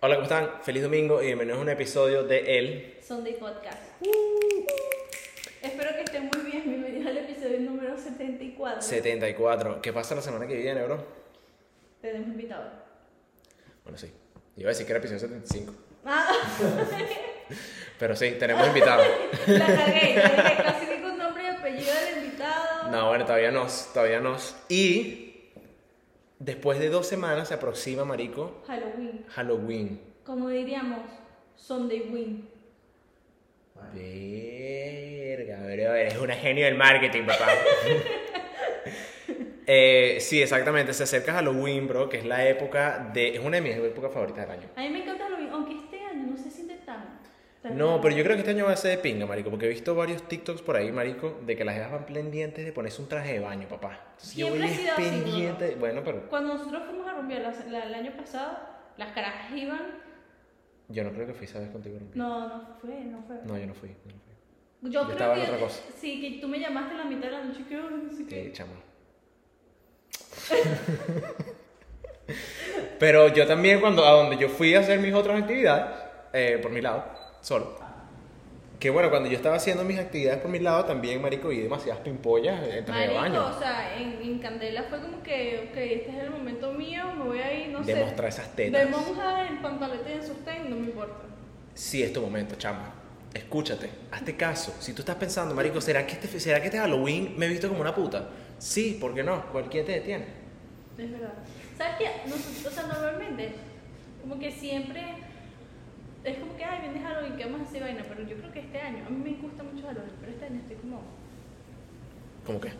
Hola, ¿cómo están? Feliz domingo y bienvenidos a un episodio de El. Sunday Podcast. Uh. Espero que estén muy bien. Bienvenidos al episodio número 74. 74. ¿Qué pasa la semana que viene, bro? Tenemos invitado. Bueno, sí. Yo iba a decir que era episodio 75. Ah, Pero sí, tenemos invitado. la cargué. la cargué. Casi digo un nombre y apellido del invitado. No, bueno, todavía nos, todavía nos. Y después de dos semanas se aproxima, marico, Halloween. Halloween. Como diríamos, Sunday Win. Verga, bro, eres un genio del marketing, papá. Eh, sí, exactamente, se acerca Halloween, bro, que es la época de... Es una de mis épocas favoritas del año. A mí me encanta Halloween, aunque este año no se siente tan. tan- No, pero yo creo que este año va a ser de pinga, marico, porque he visto varios TikToks por ahí, marico, de que las jevas van pendientes de ponerse un traje de baño, papá. Entonces, yo voy Siempre ha sido así, pendiente, bueno, pero Cuando nosotros fuimos a rumbear la- la- el año pasado, las carajas iban. yo no creo que fui, ¿sabes? Contigo no fui. No, no fue, no fue. No, yo no fui, yo no fui. Yo, Yo creo estaba en que otra cosa. sí, que tú me llamaste a la mitad de la noche que "Oh, no sé Sí, qué. Eh, chamo. Pero yo también cuando a donde yo fui a hacer mis otras actividades eh, por mi lado, solo. Que bueno, cuando yo estaba haciendo mis actividades por mi lado también, marico, vi demasiadas pimpollas en traje de Marico, baño. o sea, en, en Candela fue como que, ok, este es el momento mío, me voy a ir, no Demostrar esas sé. tetas. De monja en pantalete y en sostén, no me importa. Sí, es tu momento, chama. Escúchate, hazte caso. Si tú estás pensando, marico, ¿será que este, será que este Halloween me he visto como una puta? Sí, ¿por qué no? Cualquiera te detiene. Es verdad. ¿Sabes qué? Nosotros, o sea, normalmente, como que siempre es como que, ay, viene Halloween, que vamos a hacer vaina, pero yo creo que este año, a mí me gusta mucho Halloween, pero este año estoy como, ¿Cómo que?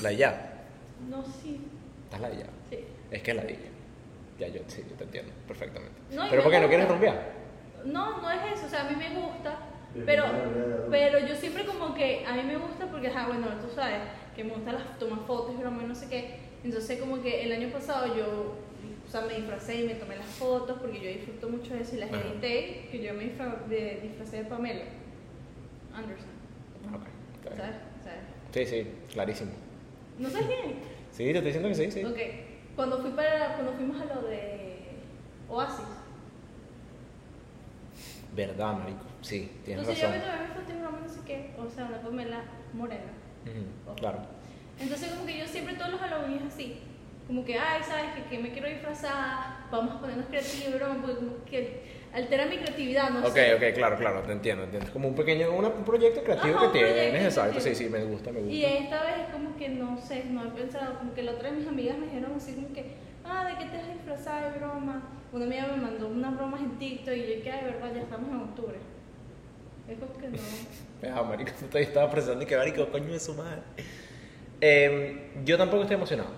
La ya. no, sí, Estás la ya. sí. Es que es la dije. Ya yo, sí, yo te entiendo perfectamente. No, y Pero me ¿por qué no gusta. quieres rumbear? No, no es eso, o sea, a mí me gusta, Pero pero, no, no, no. pero yo siempre como que, a mí me gusta porque, ah, bueno, tú sabes, que me gustan las tomas fotos, bromas, no sé qué, entonces como que el año pasado yo, o sea, me disfracé y me tomé las fotos porque yo disfruto mucho de eso y las Ajá. edité, que yo me disfra- de- disfracé de Pamela Anderson, Ok, está bien. ¿sabes? ¿sabes? Sí, sí, clarísimo. ¿No sabes bien? Sí, te estoy diciendo que sí, sí. Ok, cuando, fui para, cuando fuimos a lo de Oasis, Verdad, marico. Sí, tienes entonces yo me razón. tomé mis fotos y bromas, no sé qué, o sea, una Pamela morena. Ujú, Claro. Entonces como que yo siempre todos los Halloween es así. Como que, ay, ¿sabes que, que me quiero disfrazar? Vamos a ponernos creativos, broma, porque como que altera mi creatividad, no Ok, sé. ok, claro, claro, te entiendo, entiendo. Es como un pequeño, una- un proyecto creativo Ajá, un que tienes, proyecto exacto, sí, creativo. sí, me gusta, me gusta. Y esta vez es como que, no sé, no he pensado, como que la otra de mis amigas me dijeron así como que, ah, ¿de qué te vas a disfrazar de broma? Una amiga me mandó unas bromas en TikTok y yo que, ay, verdad, ya estamos en octubre. Es como que no. Ah, marico, todavía estaba pensando y que marico, coño de su madre. Eh, yo tampoco estoy emocionado,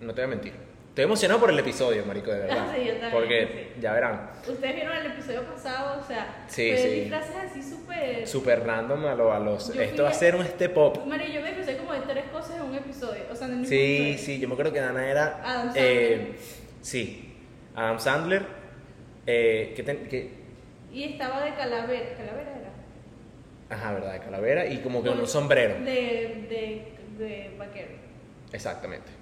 no te voy a mentir. Estoy emocionado por el episodio, marico, de verdad. Sí, yo también, Porque ya verán, Ustedes vieron el episodio pasado, o sea, Sí, fue sí. disfraces así súper... super random a, lo, a los... Yo esto fui va a a- ser un step up. Mario, yo me disfrazé como de tres cosas en un episodio, o sea, en el mismo Sí, episodio. sí, yo me acuerdo que Dana era... Adam eh, sí, Adam Sandler, eh, que, ten- que- Y estaba de calavera. ¿Calavera era? Ajá, ¿verdad? De calavera y como que Con- un sombrero. De, de, de vaquero. Exactamente.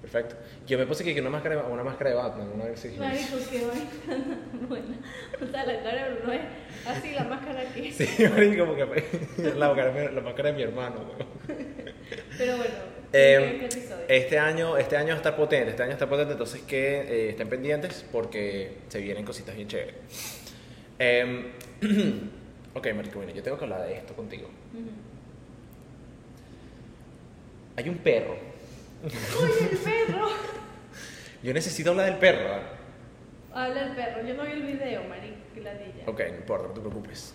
Perfecto. Yo me puse que una máscara, de- una máscara de Batman, una vez sí. Marico, qué vaina tan buena. O sea, la cara de Bruno es así, la máscara aquí. Sí, marico, como que la máscara, de mi- la máscara de mi hermano. weón. Pero bueno, Eh, ¿qué episodio? este año, este año va a estar potente, este año está potente, entonces que eh, estén pendientes porque se vienen cositas bien chéveres. Em, ok, marico, bueno, yo tengo que hablar de esto contigo. Ujú. Hay un perro. ¡Uy, el perro! Yo necesito hablar del perro. ¿ah? ¿verdad? Habla el perro. Yo no vi el video, marico, que ladilla. Ok, no importa, no te preocupes.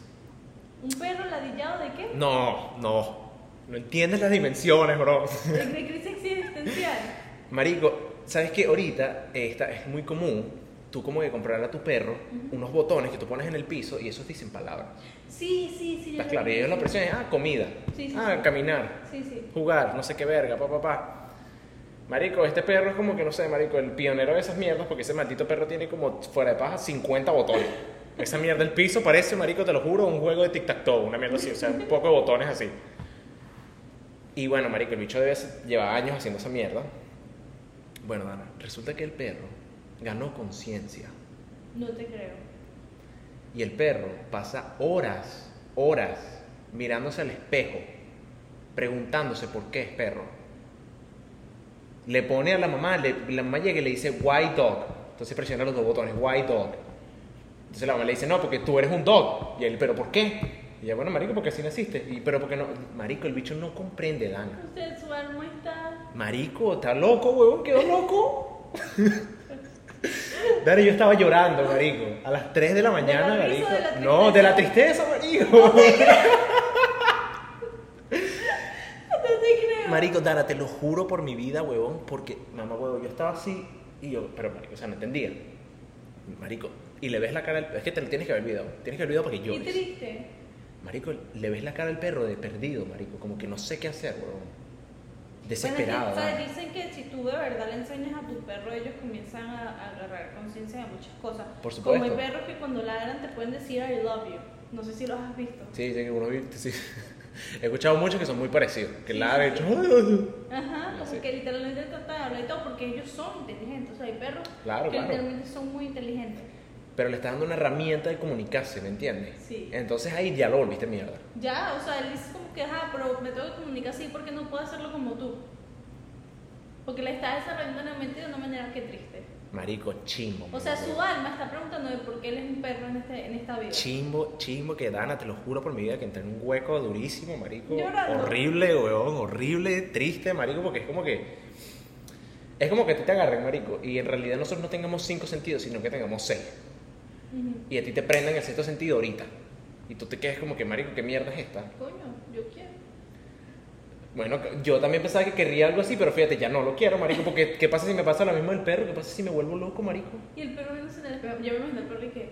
¿Un perro ladillado de qué? No, no. No entiendes las dimensiones, bro. De, de crisis existencial. Marico, ¿sabes qué? Ahorita eh, está, es muy común tú como que comprarle a tu perro unos botones que tú pones en el piso y esos dicen palabras. Sí, sí, sí. yo Las lo clave, vi. ellos la presión es, ah, comida, Sí, sí, ah, sí. caminar, Sí, sí. jugar, no sé qué verga, pa, pa, pa. Marico, este perro es como que, no sé, marico, el pionero de esas mierdas porque ese maldito perro tiene como, fuera de paja, 50 botones. Esa mierda del piso parece, marico, te lo juro, un juego de tic-tac-toe, una mierda así, o sea, un poco de botones así. Y bueno, marico, el bicho debe ser- lleva años haciendo esa mierda. Bueno, Dana, resulta que el perro ganó conciencia. No te creo. Y el perro pasa horas, horas mirándose al espejo, preguntándose por qué es perro. Le pone a la mamá, le- la mamá llega y le dice, white dog. Entonces presiona los dos botones, white dog. Entonces la mamá le dice, no, porque tú eres un dog. Y él, ¿pero por qué? Y ella, bueno, marico, porque así naciste. Y, pero porque no, marico, el bicho no comprende, Dana. Usted, su alma está. Marico, está loco, huevón, quedó loco. Dani, yo estaba llorando, marico. A las 3 de la mañana, la marico. risa o de la no, de la tristeza, marico. No te creo. Marico, Dana, te lo juro por mi vida, huevón, porque, mamá, huevón, yo estaba así y yo, pero, marico, o sea, no entendía. Marico, y le ves la cara al Es que te lo tienes que haber olvidado. Tienes que haber olvidado para que Qué llores. triste. Marico, le ves la cara al perro de perdido, marico. Como que no sé qué hacer, huevón. Bueno, es que, Desesperado. o sea, Dana. dicen que si tú de verdad le enseñas a tu perro, ellos comienzan a, a agarrar conciencia de muchas cosas. Por supuesto. Como hay perros que cuando ladran te pueden decir I love you. No sé si los has visto. Sí, sí, que uno vi- sí. He escuchado muchos que son muy parecidos. Que Sí, la de sí, hecho. Ajá, como Sí. que literalmente tratan de hablar y todo porque ellos son inteligentes. O sea, hay perros Claro, que claro. literalmente son muy inteligentes. Pero le está dando una herramienta de comunicarse, ¿me entiendes? Sí. Entonces ahí ya lo volviste mierda. Ya, o sea, él dice como que, ajá, pero me tengo que comunicar así porque no puedo hacerlo como tú. Porque le está desarrollando la mente de una manera que triste. Marico, chimbo. O sea, marico. su alma está preguntando de por qué él es un perro en, este, en esta vida. Chimbo, chimbo que Dana, te lo juro por mi vida, que entré en un hueco durísimo, marico. Llorando. Horrible, weón, horrible, triste, marico, porque es como que. Es como que a ti te agarren, marico, y en realidad nosotros no tengamos cinco sentidos, sino que tengamos seis. Ujú. Y a ti te prendan el sexto sentido ahorita. Y tú te quedas como que, marico, ¿qué mierda es esta? Coño, yo quiero. Bueno, yo también pensaba que querría algo así, pero fíjate, ya no lo quiero, marico, porque ¿qué pasa si me pasa lo mismo del perro? ¿Qué pasa si me vuelvo loco, marico? Y el perro viéndose en el espejo. Yo me imagino al perro y que.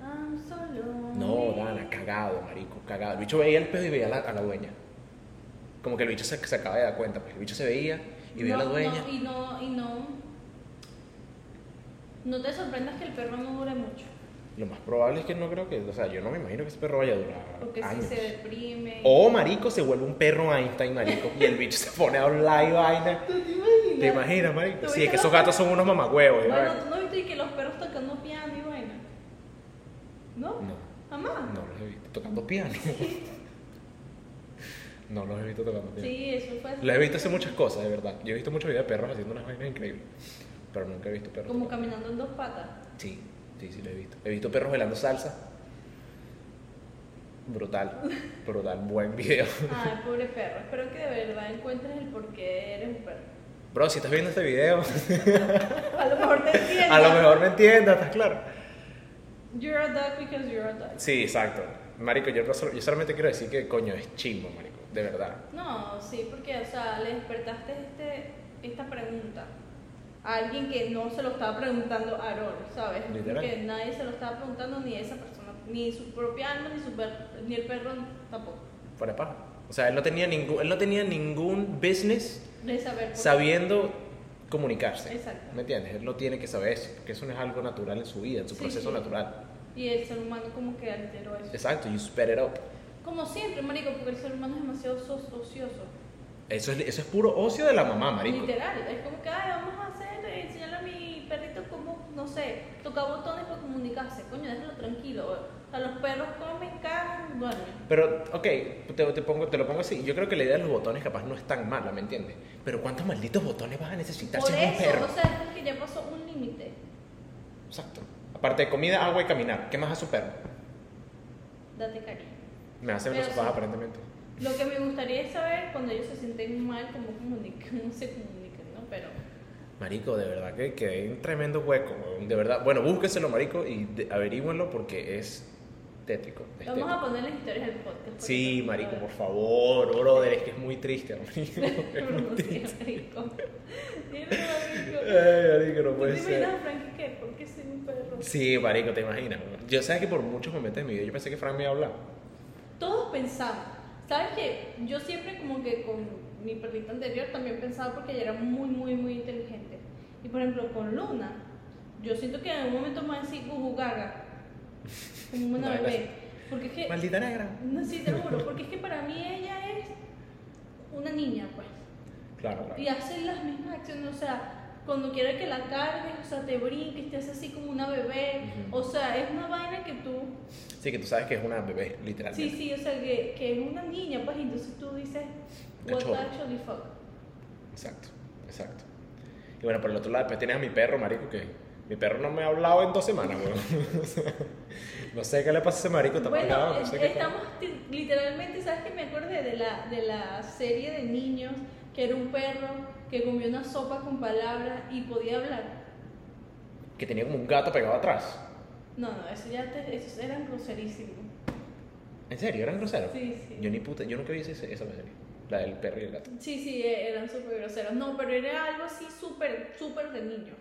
I'm solo. No, Dana, cagado, marico, cagado. El bicho veía el perro y veía a la, a la dueña. Como que el bicho se, se acaba de dar cuenta, pues el bicho se veía y veía a la No, dueña. No, y no, y no. No te sorprendas que el perro no dure mucho. Lo más probable es que no creo que, o sea, yo no me imagino que ese perro vaya a durar Porque años. si se deprime. O, marico, se vuelve un perro Einstein, marico, y el bicho se pone a hablar y vaina. ¿Tú te imaginas? ¿Te imaginas, marico? ¿Tú Sí, viste es que esos los- gatos son unos mamagüevos, ¿eh? y Bueno, vaina. tú no viste que los perros tocando piano y vaina. ¿No? No. ¿Mamá? No los he visto tocando piano. No los he visto tocando piano. Sí, eso fue así. Los he visto hacer muchas cosas, de verdad. Yo he visto muchos videos de perros haciendo unas vainas increíbles. Pero nunca he visto perros. Como tocando. caminando en dos patas. Sí, sí, sí, lo he visto. He visto perros bailando salsa. Brutal, brutal, buen video. Ay, pobre perro. Espero que de verdad encuentres el por qué eres un perro. Bro, si estás viendo este video, A lo mejor te entiendes. a lo mejor me entiendas, ¿estás claro? You're a dog because you're a dog. Sí, exacto. Marico, yo, solo- yo solamente quiero decir que coño es chimbo, marico, de verdad. No, sí, porque, o sea, le despertaste este, esta pregunta a alguien que no se lo estaba preguntando a Aaron, ¿sabes? Literal. Porque nadie se lo estaba preguntando ni esa persona, ni su propia alma, ni, su per- ni el perro tampoco. Fuera de paja. O sea, él no tenía ningún, él no tenía ningún business De saber por qué. sabiendo comunicarse. Exacto. ¿Me entiendes? Él no tiene que saber eso, porque eso no es algo natural en su vida, en su Sí, proceso sí. natural. Y el ser humano como que alteró eso. Exacto, you sped it up. Como siempre, marico, porque el ser humano es demasiado so- ocioso. Eso es, eso es puro ocio de la mamá, marico. Literal, es como que, ay, vamos a hacer, eh, enseñarle a mi perrito cómo, no sé, tocar botones para comunicarse. Coño, déjalo tranquilo. O sea, los perros comen, cagan, duermen. Pero, ok, te, te pongo, te lo pongo así. Yo creo que la idea de los botones capaz no es tan mala, ¿me entiendes? Pero ¿cuántos malditos botones vas a necesitar Por si eres un eso, perro? o sea, es como que ya pasó un límite. Exacto. Aparte de comida, agua y caminar. ¿Qué más hace un perro? Date cariño. Me hace Pero los sí. aparentemente. Lo que me gustaría es saber cuando ellos se sienten mal, cómo comunican, no se comunican, ¿no? Pero Marico, de verdad que quedé en tremendo hueco, weón, de verdad. Bueno, búsquenselo, marico, y de- averígüenlo porque es tétrico. es vamos a tétrico. poner las historias del podcast. porque Sí, no- marico, por favor, brother, es que es muy triste, marico. Es muy Pronuncia, triste. marico. Dime, marico. Ay, marico, no ¿Tú te puede imaginas ser. a Frankie qué? ¿Por qué soy un perro? Sí, marico, te imaginas. weón. Yo sabes que por muchos momentos de mi vida yo pensé que Frank me iba a hablar. Todos pensamos. ¿Sabes qué? Yo siempre como que con mi perrito anterior también pensaba porque ella era muy, muy, muy inteligente. Y por ejemplo con Luna, yo siento que en algún momento me va a decir "Gugu gaga", como una No, bebé. gracias. Porque es que, Maldita negra. no sí, te lo juro, porque es que para mí ella es una niña, pues. Claro, claro. Y hace las mismas acciones, o sea, cuando quiera que la cargues, o sea, te brinques, te haces así como una bebé, o sea, es una vaina que tú, Sí, que tú sabes que es una bebé, literalmente. sí, sí, o sea, que, que es una niña, pues, y entonces tú dices, what Cachorro. actually fuck. Exacto, exacto. Y bueno, por el otro lado, después tienes a mi perro, marico, que mi perro no me ha hablado en dos semanas, weón. O sea, no sé qué le pasa a ese marico, está apagado, Bueno, no sé eh, qué estamos ti- literalmente, ¿sabes que Me acordé de la, de la serie de niños que era un perro que comió una sopa con palabras y podía hablar. tal. Que tenía como un gato pegado atrás. No, no, eso ya te, esos eran groserísimos. ¿En serio? ¿Eran groseros? Sí, sí. Yo ni puta, yo nunca vi esa, esa serie. La del perro y el gato. Sí, sí, eh, eran súper groseros. No, pero era algo así súper, súper de niño.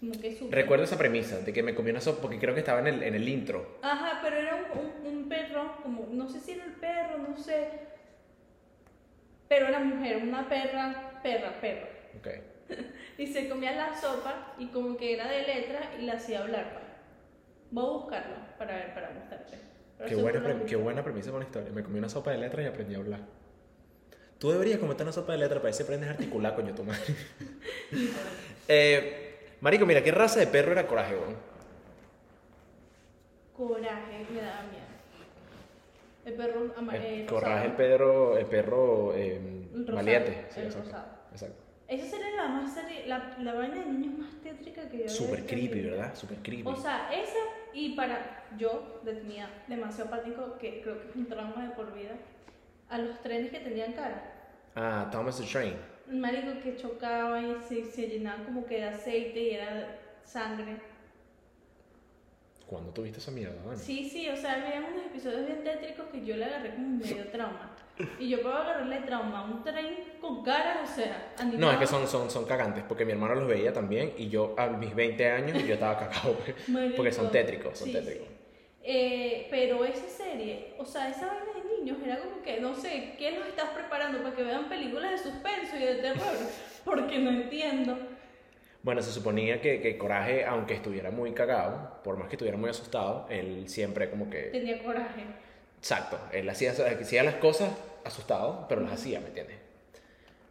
Como que súper. Recuerdo esa premisa de que me comí una sopa porque creo que estaba en el, en el intro. Ajá, pero era un, un- un perro, como, no sé si era el perro, no sé. Pero era mujer, una perra, perra, perra. Ok. Y se comía la sopa y como que era de letra y la hacía hablar. pues. Voy a buscarlo para ver, para mostrarte. Pero Qué seguro buena, lo pre- busco. qué buena premisa para la historia. Me comí una sopa de letras y aprendí a hablar. Tú deberías comerte una sopa de letras para ver si aprendes a articular, coño, tu madre. Eh, marico, mira, ¿qué raza de perro era coraje, weón? Coraje, me daba miedo. El perro amarillo. El Eh, coraje, el perro, el perro eh, El eh, rosado, valiente. Sí, el exacto. rosado. Exacto. Esa sería la más serie- la, la vaina de niños más tétrica que yo había Super visto en creepy, mi vida. ¿verdad? Super creepy. O sea, esa y para yo le tenía demasiado pánico, que creo que es un trauma de por vida, a los trenes que tenían cara. ah, Thomas the Train. Marico que chocaba y se, se llenaba como que de aceite y era sangre. ¿Cuándo tuviste esa mierda, mano? Sí, sí, o sea, había unos episodios bien tétricos que yo le agarré como medio trauma. Y yo puedo agarrarle trauma a un tren con cara, o sea, No, animado. es que son, son, son cagantes, porque mi hermano los veía también y yo a mis 20 años yo estaba cagado, pues. güey, Marico. porque son tétricos, son Sí, tétricos. sí. Eh, pero esa serie, o sea, esa vaina de niños era como que, no sé, ¿qué los estás preparando para que vean películas de suspenso y de terror? Porque no entiendo. Bueno, se suponía que, que Coraje, aunque estuviera muy cagado, por más que estuviera muy asustado, él siempre como que... Tenía coraje. Exacto, él hacía, hacía las cosas asustado, pero las hacía, ¿me entiendes?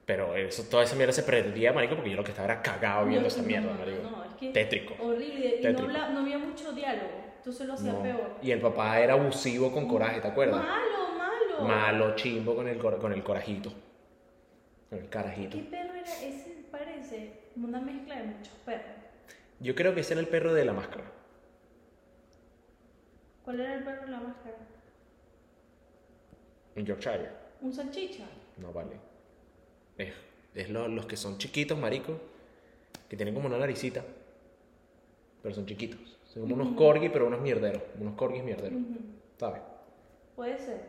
Pero eso, toda esa mierda se perdía, marico, porque yo lo que estaba era cagado Ah, viendo No, esa no, mierda, no, marico. no, es que- Tétrico. Horrible. Y no, Tétrico. habla- no había mucho diálogo. Entonces lo hacía No. peor. Y el papá era abusivo con Coraje, ¿te acuerdas? Malo, malo. Malo, chimbo con el, cor- con el corajito. Con el carajito. ¿Qué perro era ese? Parece como una mezcla de muchos perros. Yo creo que ese era el perro de la máscara. ¿Cuál era el perro de la máscara? Un Yorkshire. ¿Un salchicha? No vale. Es, es lo- los que son chiquitos, marico. Que tienen como una naricita. Pero son chiquitos. Son como unos corgis, pero unos mierderos. Unos corgis mierderos. Ujú. ¿Sabes? Puede ser.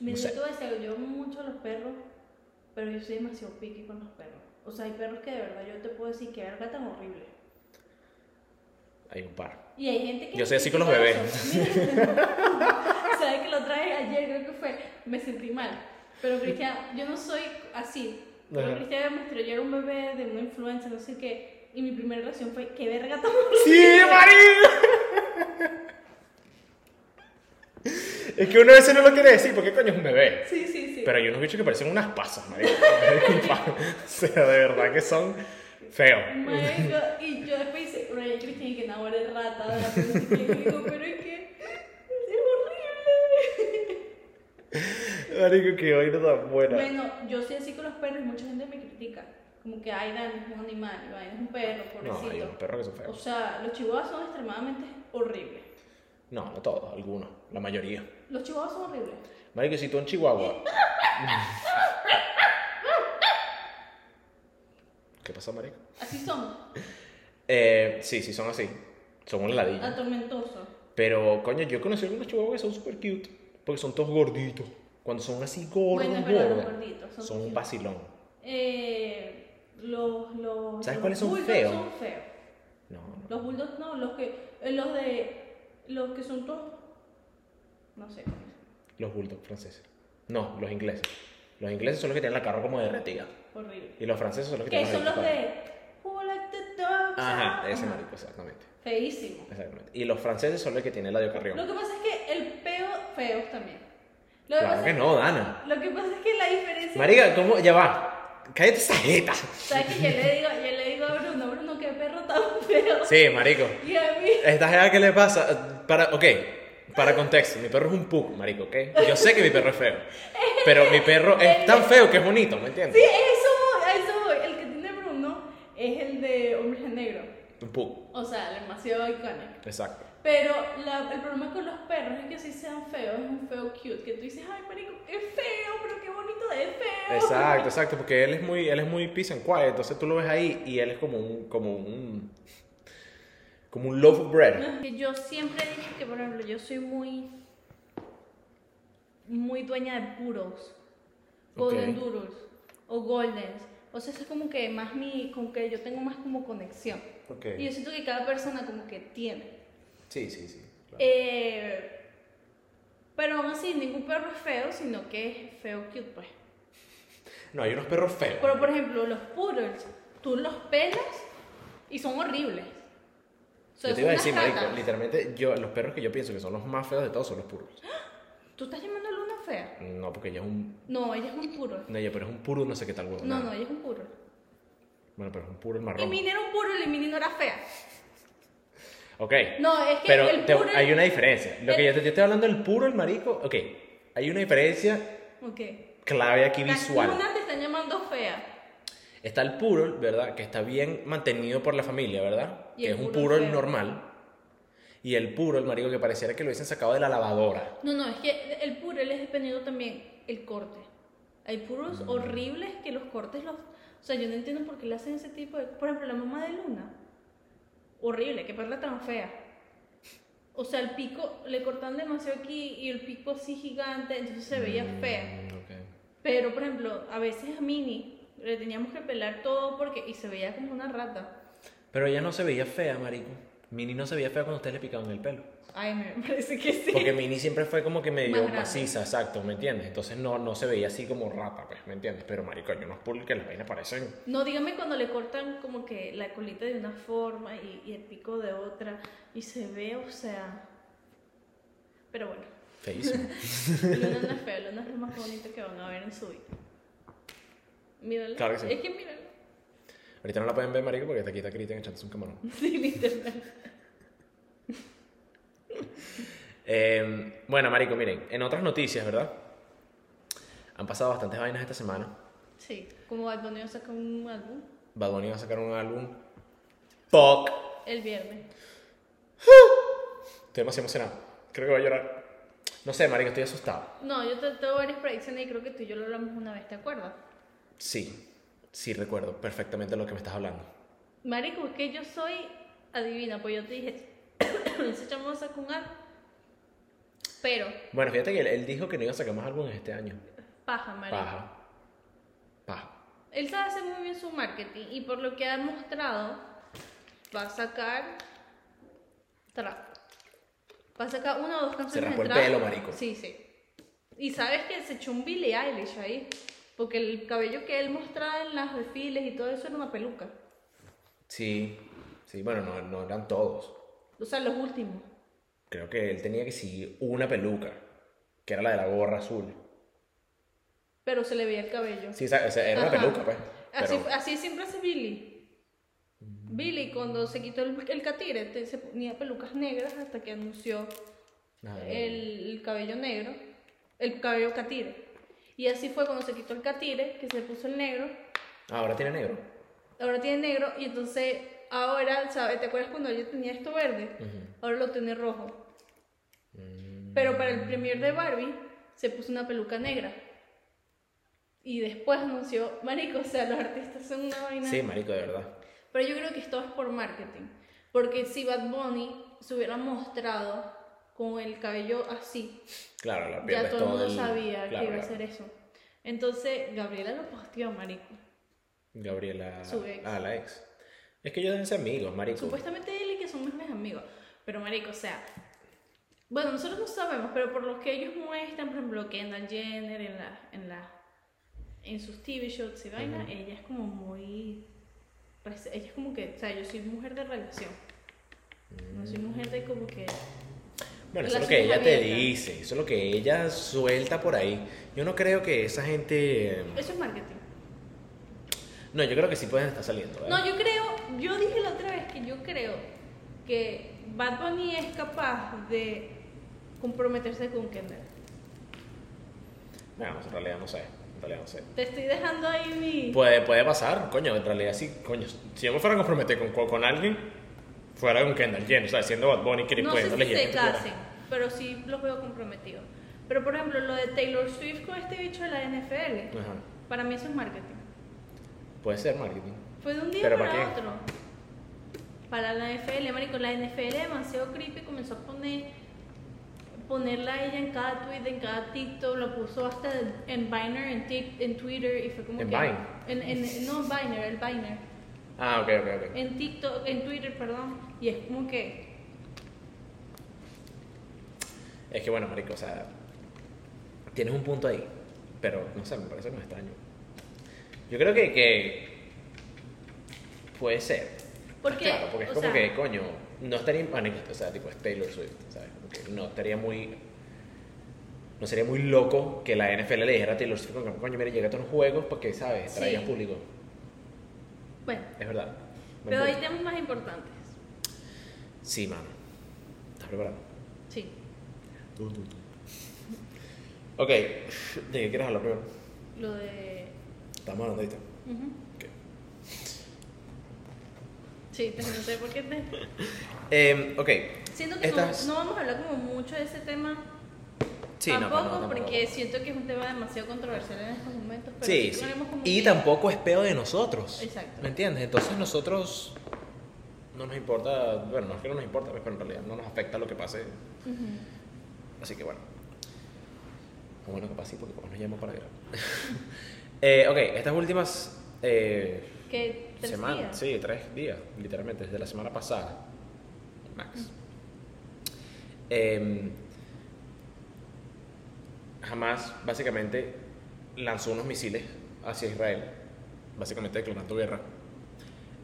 Mira, No yo sé. te voy a decir, algo, yo amo mucho a los perros, pero yo soy demasiado piqui con los perros. O sea, hay perros que de verdad yo te puedo decir que verga tan horrible. Hay un par. Y hay gente que. Yo soy así con los critica bebés. eso. Sabes que lo traje ayer, creo que fue. Me sentí mal. Pero Cristian, yo no soy así. Pero Ajá. Cristian me mostró, yo era un bebé de una influenza, no sé qué. Y mi primera reacción fue, qué verga tan horrible. ¡Sí, marico! es que uno a veces no lo quiere decir porque coño es un bebé. Sí, sí, sí. Pero hay unos bichos que parecen unas pasas, marico. Disculpa. o sea, de verdad que son feos. Marico, y yo después hice, Ryan Christian, que Nahua es rata, de la película, y digo, pero es que es horrible. Marico, que hoy no tan buena. Bueno, yo soy así con los perros, mucha gente me critica. Como que, ay, Dani es un animal, y Dani es un perro, no, hay pobrecito. unos perros que son o feos. sea, los chihuahuas son extremadamente horribles. No, no todos, algunos, la mayoría. Los chihuahuas son horribles. Marico, si tú en Chihuahua. ¿Qué pasa, Marico? Así son, Eh, sí, sí, son así. Son un ladillo. atormentosos. Pero, coño, yo conocí algunos chihuahuas que son super cute. Porque son todos gorditos. Cuando son así gordos, Bueno, es verdad, los gordos, gorditos son son un cute. vacilón. Eh, los, los, ¿Sabes los cuáles son bulldogs feos? Son feos. No, no. Los bulldogs no, los que, eh, los de, los que son todos, no sé. Los bulldogs franceses. No, los ingleses. Los ingleses son los que tienen la carro como derretida. Horrible. Y los franceses son los que Que tienen son la los carro como- de Who Like the Dogs. Ajá, ese Ajá. marico, exactamente. Feísimo. Exactamente. Y los franceses son los que tienen la de carrión. Lo que pasa es que el peo, feos también. Lo que, Claro pasa que es- no, Dana. lo que pasa es que la diferencia. Marica, ¿cómo? Ya va. cállate esa jeta. ¿Sabes que yo le digo, yo le digo a Bruno, Bruno, qué perro tan feo? Sí, marico. Y a mí, Esta jeta que le pasa, para, ok, para contexto, mi perro es un puc, marico, ¿ok? Yo sé que mi perro es feo, pero mi perro es tan feo que es bonito, ¿me sí, entiendes? eso voy, a eso voy. El que tiene Bruno es el de Hombres al Negro. Un puc, O sea, el demasiado icónico. exacto. Pero la- el problema con los perros es que si sean feos, es un feo cute. Que tú dices, ay, marico, qué feo, pero qué bonito de feo. Exacto, exacto, porque él es muy, él es muy peace and quiet, entonces tú lo ves ahí y él es como un, como un, como un loaf of bread. Que yo siempre he dicho que, por ejemplo, yo soy muy. muy dueña de puros. Golden Ok. Doodles o Goldens. O sea, eso es como que más mi. como que yo tengo más como conexión. Ok. Y yo siento que cada persona como que tiene. Sí, sí, sí. claro. Eh, pero aún así, ningún perro es feo, sino que es feo cute, pues. No, hay unos perros feos. Pero, por ejemplo, los poodles, tú los pelas y son horribles. O sea, yo te son iba a unas decir, marico, ratas. literalmente, yo, los perros que yo pienso que son los más feos de todos son los puros. ¿Tú estás llamando a Luna fea? No, porque ella es un, No, ella es un puro. no, ella, pero es un puro no sé qué tal huevo. No, no, ella es un puro. Bueno, pero es un puro el Y marrón. Mini era un puro y Mini no era fea. Ok. No, es que pero el te- puro- hay una diferencia. Lo que el- yo te yo estoy hablando del puro, el marico, ok. Hay una diferencia Ok. clave aquí La visual. Luna te están llamando fea. Está el puro, ¿verdad? Que está bien mantenido por la familia, ¿verdad? Y que el es un puro puro feo. normal. Y el puro, el marico, que pareciera que lo hubiesen sacado de la lavadora. No, no, es que el puro él es dependiendo también el corte. Hay puros horribles que los cortes los... O sea, yo no entiendo por qué le hacen ese tipo de... Por ejemplo, la mamá de Luna. Horrible, qué perla tan fea. O sea, el pico le cortan demasiado aquí y el pico así gigante, entonces se veía fea. Mm, ok. Pero, por ejemplo, a veces a Mini le teníamos que pelar todo porque... Y se veía como una rata. Pero ella no se veía fea, marico. Mini no se veía fea cuando ustedes le picaban el pelo. Ay, me parece que sí. Porque Mini siempre fue como que Más medio grande. maciza, exacto, ¿me entiendes? Entonces no, no se veía así como rata, pues, ¿me entiendes? Pero, marico, hay unos puros que las vainas parecen... No, dígame cuando le cortan como que la colita de una forma y, y el pico de otra y se ve, o sea... Pero bueno, Feísimo. Luna no es feo, Luna es lo más bonito que van a ver en su vida. Míralo. Claro que sí. Es que míralo. Ahorita no la pueden ver, marico, porque está aquí está Cristian echándose un camarón. Sí, literal. Eh, bueno, marico, miren, en otras noticias, ¿verdad? Han pasado bastantes vainas esta semana. Sí, como Bad Bunny saca un álbum Bad Bunny va a sacar un álbum. ¡Fuck! el viernes. Estoy demasiado emocionado. Creo que voy a llorar. No sé, marico, estoy asustado. No, yo te tengo varias predicciones y creo que tú y yo lo hablamos una vez, ¿te acuerdas? Sí, sí recuerdo perfectamente lo que me estás hablando. Marico, es que yo soy adivina, pues yo te dije, ese chamo saca un álbum. Pero, Bueno, fíjate que él, él dijo que no iba a sacar más álbumes este año. paja, marico. Paja. Paja. Él sabe hacer muy bien su marketing y por lo que ha mostrado, va a sacar trap. Va a sacar una o dos canciones raspó de el trap. pelo, marico. Sí, sí. Y sabes que se echó un Billie Eilish ahí. Porque el cabello que él mostraba en las desfiles y todo eso era una peluca. Sí, sí, bueno, no, no eran todos. O sea, los últimos. Creo que él tenía que seguir una peluca, que era la de la gorra azul. Pero se le veía el cabello. Sí, esa- esa- era Ajá. una peluca, pues. Así, Pero, así siempre hace Billy. Billy, cuando se quitó el, el catire, te- se ponía pelucas negras hasta que anunció Ah, el, el cabello negro, el cabello catire. Y así fue cuando se quitó el catire, que se puso el negro. ahora tiene negro. Ahora tiene negro y entonces ahora, ¿sabes? ¿Te acuerdas cuando yo tenía esto verde? Ahora lo tiene rojo. Mm. Pero para el premier de Barbie se puso una peluca negra. Y después anunció, marico, o sea, los artistas son una vaina. Sí, marico, de verdad. Pero yo creo que esto es por marketing. Porque si Bad Bunny se hubiera mostrado con el cabello así, Claro, la ya pierdes todo el mundo el- claro, sabía que iba a claro. hacer eso. Entonces, Gabriela lo posteó, marico. Gabriela. Su ex. Ah, la ex. Es que ellos deben ser amigos, marico. Supuestamente dile que son mejores amigos. Pero, marico, o sea... Bueno, nosotros no sabemos, pero por lo que ellos muestran, por ejemplo, Kendall Jenner en, la, en, la, en sus TV shows y vaina, ella es como muy... res- Ella es como que, o sea, yo soy mujer de relación. Mm. No soy mujer de como que... Bueno, eso es lo relaciones que ella te abiertas. dice, eso es lo que ella suelta por ahí. Yo no creo que esa gente... eh, Eso es marketing. No, yo creo que sí pueden estar saliendo. ¿eh? No, yo creo, yo dije la otra vez que yo creo que Bad Bunny es capaz de comprometerse con Kendall. No, en realidad no sé. En realidad no sé. Te estoy dejando ahí mi. Puede, puede pasar, coño, en realidad sí, coño. Si yo me fuera a comprometer con, con alguien, fuera con Kendall Jenner, o sea, siendo Bad Bunny, que no pues, sé si le- se casen, pero sí los veo comprometidos. Pero por ejemplo, lo de Taylor Swift con este bicho de la NFL, Ajá. para mí eso es marketing. Puede ser marketing. Fue de Pues un día ¿Pero para, para qué? otro. Para la NFL, marico, la NFL demasiado creepy comenzó a poner ponerla a ella en cada tweet, en cada TikTok, lo puso hasta en Biner, en, Tik- en Twitter y fue como ¿En que Vine? en, en- no Biner, el Biner, Ah, ok, ok, ok. en TikTok, en Twitter, perdón, y es como que Es que bueno, marico, o sea, tienes un punto ahí, pero no sé, me parece como extraño. Yo creo que, que puede ser. porque Claro, porque es o como sea, que, coño, no estaría, bueno, o sea, tipo, es Taylor Swift, ¿sabes? Como que no estaría muy, no sería muy loco que la NFL le dijera a Taylor Swift, como que, coño, mira, llega a los juegos porque, ¿sabes? Sí. Traigas público, bueno, es verdad. Buen pero hay punto. temas más importantes. Sí, mano. ¿Estás preparado? Sí. Ok, ¿de qué quieres hablar primero? Lo de Estamos hablando ahorita. ujú. Ok. Sí, te no sé por qué te Eh, ok, Siento que Estas- no, no vamos a hablar como mucho de ese tema sí, no, tampoco, no, no, tampoco. porque siento que es un tema demasiado controversial en estos momentos. Pero Sí, sí. hablaremos como Y que- tampoco es peo de nosotros. Exacto. ¿Me entiendes? Entonces nosotros no nos importa, bueno, no es que no nos importa, pero en realidad no nos afecta lo que pase. Ujú. Así que bueno. O bueno, capaz sí, porque capaz nos llaman para grabar. eh, ok, estas últimas eh, Que tres días. semanas, sí, tres días, literalmente, desde la semana pasada, max. Em, jamás, básicamente, lanzó unos misiles hacia Israel, básicamente declarando guerra.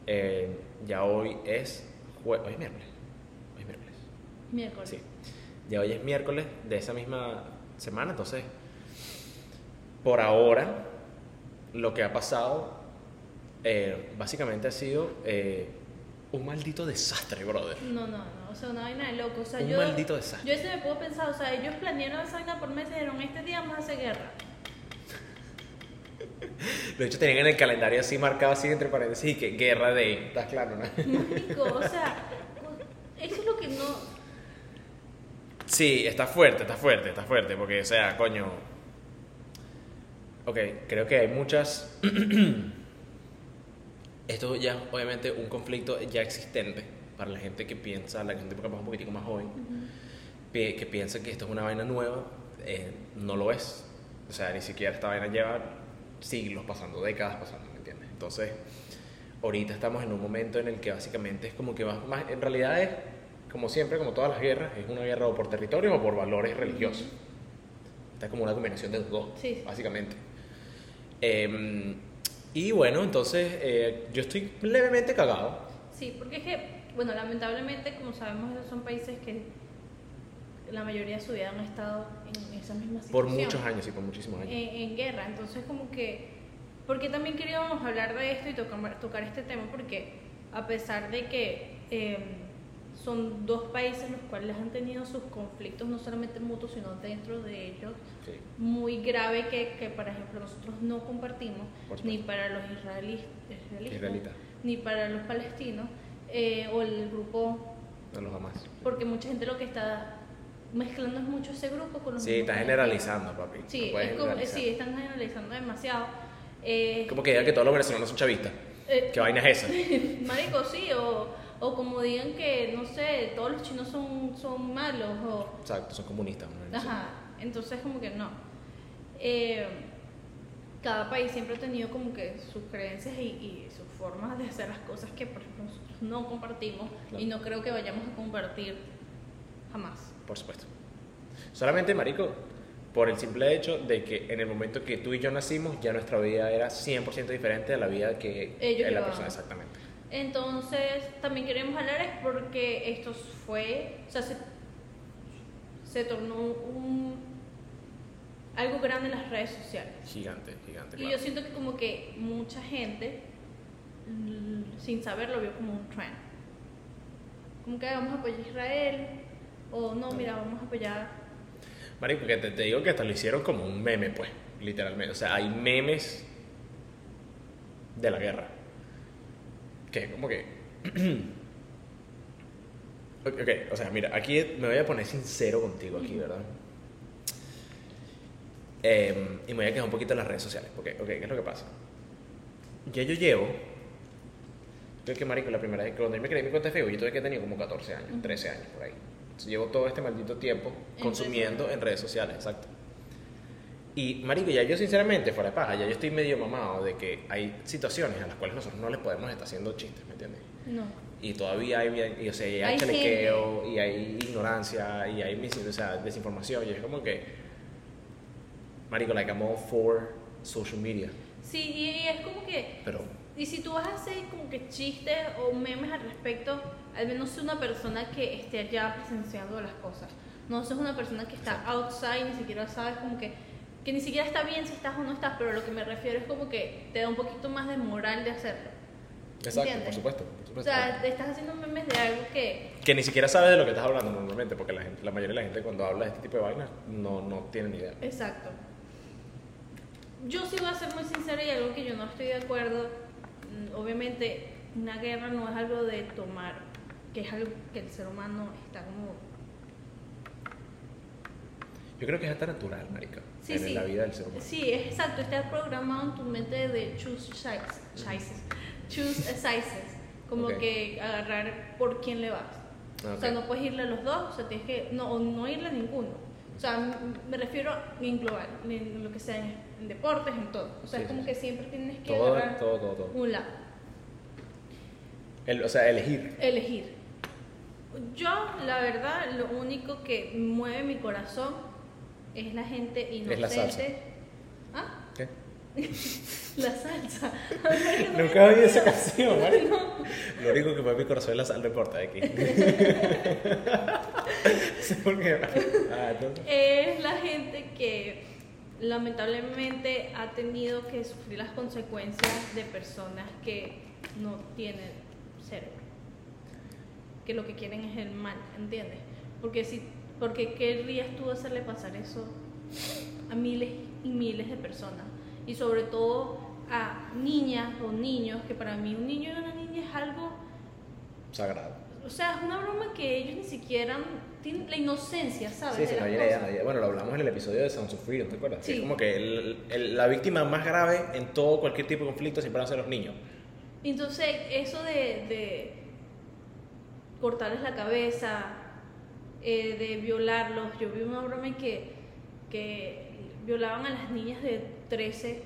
Eh, ya hoy es, jue- hoy es miércoles, hoy es miércoles. Miércoles. Sí. Ya hoy es miércoles de esa misma semana, entonces, por ahora, lo que ha pasado eh, básicamente ha sido eh, un maldito desastre, brother. No, no, no. O sea, una vaina de loco. O sea, Un yo. maldito desastre. Yo ese me puedo pensar, o sea, ellos planearon esa vaina por meses y dijeron: Este día vamos a hacer guerra. De hecho, tenían en el calendario así marcado, así entre paréntesis, y que guerra de... ¿Estás claro, no? Marico, o sea, eso es lo que no. Sí, está fuerte, está fuerte, está fuerte, porque, o sea, coño... Ok, creo que hay muchas... Esto ya es obviamente un conflicto ya existente para la gente que piensa, la gente capaz un poquitico más joven, pi- que piensa que esto es una vaina nueva, eh, no lo es. O sea, ni siquiera esta vaina lleva siglos pasando, décadas pasando, ¿me entiendes? Entonces, ahorita estamos en un momento en el que básicamente es como que más, más en realidad es, como siempre, como todas las guerras, es una guerra o por territorio o por valores religiosos. Está como una combinación de los dos, Sí, sí. básicamente. Em, y bueno, entonces eh, yo estoy levemente cagado. Sí, porque es que, bueno, lamentablemente, como sabemos, esos son países que la mayoría de su vida han estado en esa misma situación. Por muchos años y por muchísimos años. en, en guerra. Entonces, como que. Porque también queríamos hablar de esto y tocar, tocar este tema, porque a pesar de que eh, son dos países los cuales han tenido sus conflictos, no solamente mutuos, sino dentro de ellos, Sí. muy grave que, que por ejemplo, nosotros no compartimos, Por supuesto. ni para los israelí- israelíes, Israelita, ni para los palestinos, eh, o el grupo. no los jamás. Porque mucha gente lo que está mezclando es mucho ese grupo con los Sí, está mismos generalizando, papi. No Sí, puedes es como, eh, generalizar. sí, están generalizando demasiado. Eh, Como que digan que todos los venezolanos son chavistas. eh, ¿Qué vaina es esa? Marico, sí, o, o como digan que, no sé, todos los chinos son, son malos, o... Exacto, son comunistas. ¿no? Ajá, entonces como que no. Eh, cada país siempre ha tenido como que sus creencias y, y sus formas de hacer las cosas que, por ejemplo, nosotros no compartimos Claro. y no creo que vayamos a compartir jamás. Por supuesto. Solamente, marico, por el simple hecho de que en el momento que tú y yo nacimos, ya nuestra vida era 100% diferente a la vida que Ellos es la llevaban. persona exactamente. Entonces, también queremos hablar es porque esto fue, o sea, se, se tornó un, algo grande en las redes sociales. Gigante, gigante. Y claro. yo siento que como que mucha gente l- sin saber lo vio como un trend. Como que vamos a apoyar a Israel, o no, mira, vamos a apoyar. Marico, que te, te digo que hasta lo hicieron como un meme, pues, literalmente. O sea, hay memes de la guerra. Que como que... ok, ok, o sea, mira, aquí me voy a poner sincero contigo aquí, ¿verdad? Em, y me voy a quedar un poquito en las redes sociales, porque, ok, ¿qué es lo que pasa? Ya yo llevo... Creo que, marico, la primera vez, cuando yo me creé mi cuenta de Facebook, yo tuve que tenía como 14 años, Ujú. 13 años, por ahí. Entonces, llevo todo este maldito tiempo En consumiendo en redes sociales, exacto. Y, marico, ya yo sinceramente, fuera de paja, ya yo estoy medio mamado de que hay situaciones a las cuales nosotros no les podemos estar haciendo chistes, ¿me entiendes? No. Y todavía hay, y, o sea, y hay, Hay chalequeo, y hay ignorancia, y hay mis- o sea, desinformación, y es como que, marico, like I'm all for social media, Sí, y, y es como que. pero Y si tú vas a hacer como que chistes o memes al respecto, al menos sé una persona que esté allá presenciando las cosas. No seas una persona que está outside, ni siquiera sabes como que, que ni siquiera está bien si estás o no estás, pero lo que me refiero es como que te da un poquito más de moral de hacerlo. exacto, por Entiende. supuesto, por O supuesto. sea, te estás haciendo memes de algo que que ni siquiera sabes de lo que estás hablando normalmente, porque la, gente, la mayoría de la gente cuando habla de este tipo de vainas no, no tiene ni idea. Exacto. Yo sí voy a ser muy sincera y algo que yo no estoy de acuerdo. mm, Obviamente, una guerra no es algo de tomar, que es algo que el ser humano está como. Yo creo que es hasta natural, marico, Sí, en sí. la vida del ser humano. Sí, es exacto, está programado en tu mente de choose sides. Choices. Choose sizes. Como Ok. que agarrar por quién le vas. Ah, O sea, ok. no puedes irle a los dos, o sea, tienes que. No, o no irle a ninguno. O sea, m- me refiero en global, en lo que sea, en, en deportes, en todo. O sea, Sí, es sí, como sí. que siempre tienes que Todo, agarrar todo, todo, todo. un lado. El- o sea, elegir. elegir. Yo, la verdad, lo único que mueve mi corazón es la gente inocente. Es la salsa. ¿Ah? ¿Qué? La salsa. Nunca oí esa canción, ¿vale? No. Lo único que mueve mi corazón es la sal de porta de aquí. Sí, porque- ah, entonces- Es la gente que lamentablemente ha tenido que sufrir las consecuencias de personas que no tienen cerebro. Que lo que quieren es el mal, ¿entiendes? Porque si porque querrías tú hacerle pasar eso a miles y miles de personas y sobre todo a niñas o niños, que para mí un niño y una niña es algo Sagrado. o sea, es una broma que ellos ni siquiera tienen la inocencia, ¿sabes? Sí, sí, De no las hay idea, cosas. no hay idea. Bueno, lo hablamos en el episodio de Sounds of Freedom, ¿te acuerdas? Sí. Es como que el- el- la víctima más grave en todo cualquier tipo de conflicto siempre van a ser los niños. Entonces, eso de, de cortarles la cabeza, eh, de violarlos, yo vi una broma en que, que violaban a las niñas de 13,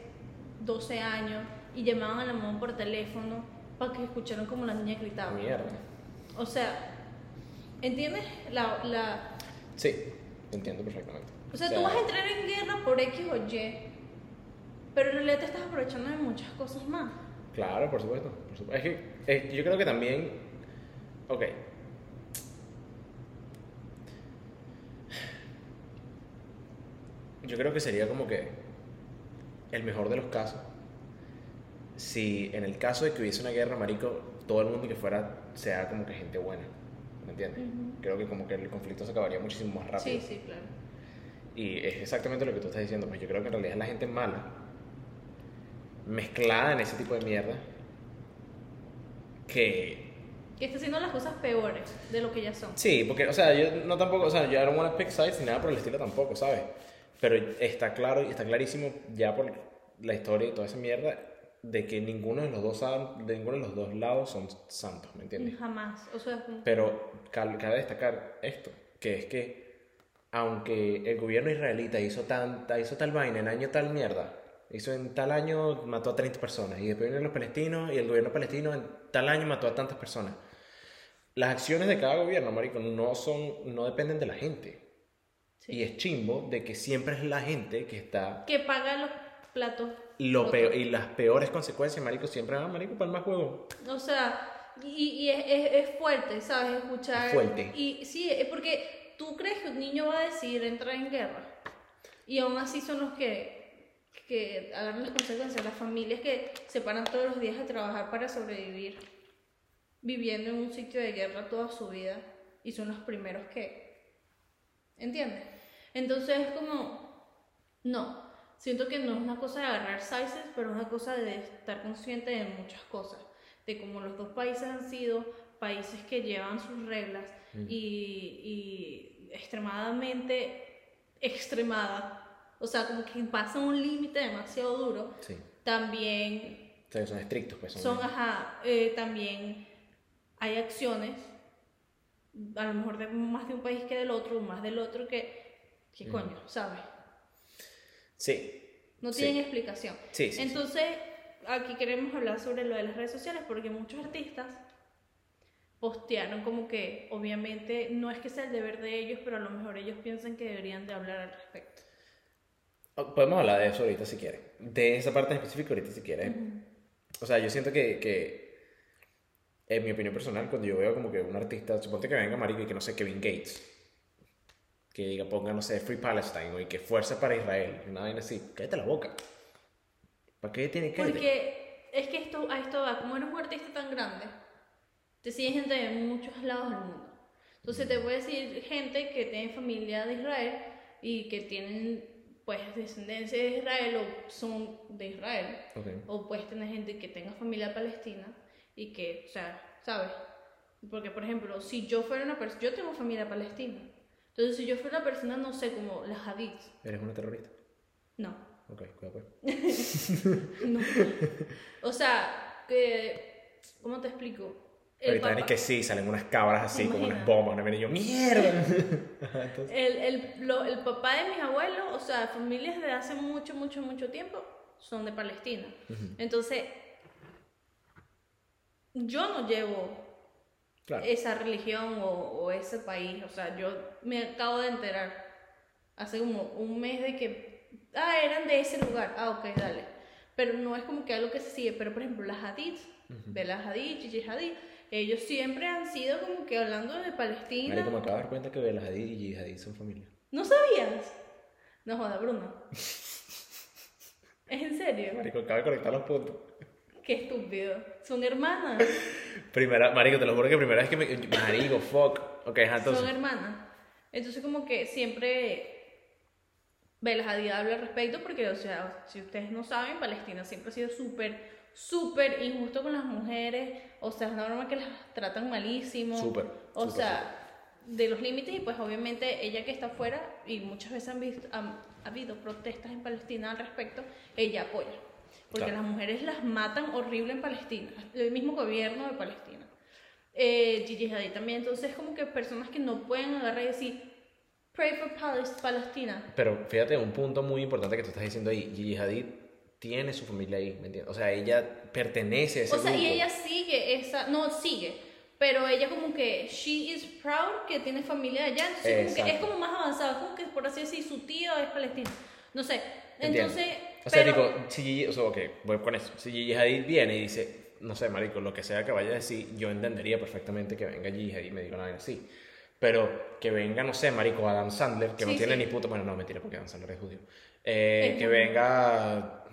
12 años y llamaban a la mamá por teléfono para que escucharan como la niña gritaba. Mierda. O sea, ¿entiendes? La, la, Sí, te entiendo perfectamente. O sea, tú vas a entrar en guerra por X o Y, pero en realidad te estás aprovechando de muchas cosas más. Claro, por supuesto. por supuesto. Es, que, es que yo creo que también. Ok. Yo creo que sería como que el mejor de los casos. Si en el caso de que hubiese una guerra, marico, todo el mundo que fuera sea como que gente buena. ¿Me entiendes? Ujú. Creo que como que el conflicto se acabaría muchísimo más rápido. Sí, sí, claro. Y es exactamente lo que tú estás diciendo, pues yo creo que en realidad es la gente mala, mezclada en ese tipo de mierda, que... Que está haciendo las cosas peores de lo que ya son. Sí, porque, o sea, yo no tampoco, o sea, yo no wanna pick sides ni nada por el estilo tampoco, ¿sabes? Pero está claro y está clarísimo ya por la historia y toda esa mierda de que ninguno de los dos, sa- de ninguno de los dos lados son santos, ¿me entiendes? Jamás. O sea, como- Pero cal- cabe destacar esto, que es que aunque el gobierno israelita hizo, tanta, hizo tal vaina en año tal mierda, hizo en tal año mató a 30 personas, y después vienen los palestinos, y el gobierno palestino en tal año mató a tantas personas. Las acciones de cada gobierno, marico, no, son, no dependen de la gente. sí. Y es chimbo de que siempre es la gente que está Que paga los platos. lo rotos. peor, y las peores consecuencias, marico, siempre, ah, marico, para el más juego. O sea, y, y es, es- es fuerte, ¿sabes? Escuchar. Es fuerte. Y sí, es porque tú crees que un niño va a decidir entrar en guerra. Y aún así son los que que agarran las consecuencias, las familias que se paran todos los días a trabajar para sobrevivir, viviendo en un sitio de guerra toda su vida y son los primeros que... ¿Entiendes? Entonces es como, no, siento que no es una cosa de agarrar sizes, pero es una cosa de estar consciente de muchas cosas, de cómo los dos países han sido países que llevan sus reglas y, y extremadamente extremada, o sea, como que pasa un límite demasiado duro, Sí. también O sea, que son estrictos, pues. son, ajá, eh, también hay acciones, a lo mejor de más de un país que del otro, más del otro que, que coño, ¿sabes? Sí. No Sí. tienen explicación. Sí, sí, sí. Entonces, aquí queremos hablar sobre lo de las redes sociales porque muchos artistas postearon como que obviamente no es que sea el deber de ellos, pero a lo mejor ellos piensan que deberían de hablar al respecto. O- Oh, Podemos hablar de eso ahorita si quieres. De esa parte en específico ahorita si quieres. O sea, yo siento que, que, en mi opinión personal, cuando yo veo como que un artista, suponte que venga Marico y que no sé, Kevin Gates, que diga, ponga, no sé, Free Palestine o y que fuerza para Israel, y una vaina así, cállate la boca. ¿Para qué tiene que Porque es que esto, a esto va, como eres un artista tan grande, te sigue gente de muchos lados del mundo. Entonces te voy a decir gente que tiene familia de Israel y que tienen pues descendencia de Israel o son de Israel. Ok. O puedes tener gente que tenga familia palestina y que, o sea, ¿sabes? Porque, por ejemplo, si yo fuera una persona, yo tengo familia palestina. Entonces, si yo fuera una persona, no sé, como las hadiths, Eres una terrorista. no, Ok, cuidado pues. no. O sea, que, ¿cómo te explico? El Ahorita ven y papa- que sí, salen unas cabras así, como unas Eh, Imagina. bombas, una vaina, y yo, ¡mierda! Ajá, entonces, El, el- lo- el papá de mis abuelos, o sea, familias de hace mucho, mucho, mucho tiempo, son de Palestina. Entonces, yo no llevo claro. esa religión o, o ese país. O sea, yo me acabo de enterar hace como un mes de que, ah, eran de ese lugar. Ah, ok, dale. Pero no es como que algo que se sigue. Pero, por ejemplo, las hadiths, de las hadith, Gigi Hadid, ellos siempre han sido como que hablando de Palestina. Marico, me acabo de dar cuenta que Bel Hadid y Hadid son familia. ¿No sabías? No joda, Bruno. ¿Es en serio? Marico, acabo de conectar los puntos. Qué estúpido. Son hermanas. Primera, marico, te lo juro que primera vez que me... Marico, fuck. Ok, ajá, son entonces... hermanas. Entonces como que siempre Velas Hadid habla al respecto porque, o sea, si ustedes no saben, Palestina siempre ha sido súper, súper injusto con las mujeres. O sea, es una broma que las tratan malísimo. Súper, O súper, sea, de los límites y pues obviamente ella que está afuera y muchas veces han visto, han- ha habido protestas en Palestina al respecto, ella apoya. Porque Claro. las mujeres las matan horrible en Palestina, el mismo gobierno de Palestina. Eh, Gigi Hadid también, entonces como que personas que no pueden agarrar y decir, pray for Palis- Palestina. Pero fíjate, un punto muy importante que tú estás diciendo ahí. Gigi Hadid tiene su familia ahí, ¿me entiendes? O sea, ella pertenece a ese O sea, y grupo. ella sigue esa, no, sigue, pero ella como que, she is proud que tiene familia allá, entonces como que es Exacto. como más avanzada, es como que por así decir, su tío es palestino, no sé, ¿Entiendes? entonces, O sea, pero- digo, si Gigi... O sea, ok, voy con eso. Si Gigi Hadid viene y dice... No sé, marico, lo que sea que vaya a decir, yo entendería perfectamente que venga Gigi Hadid y me diga una vaina así. Pero que venga, no sé, marico, Adam Sandler, que Sí, no tiene sí. ni puto... Bueno, no, mentira, porque Adam Sandler es judío. Eh, Es que judío. venga...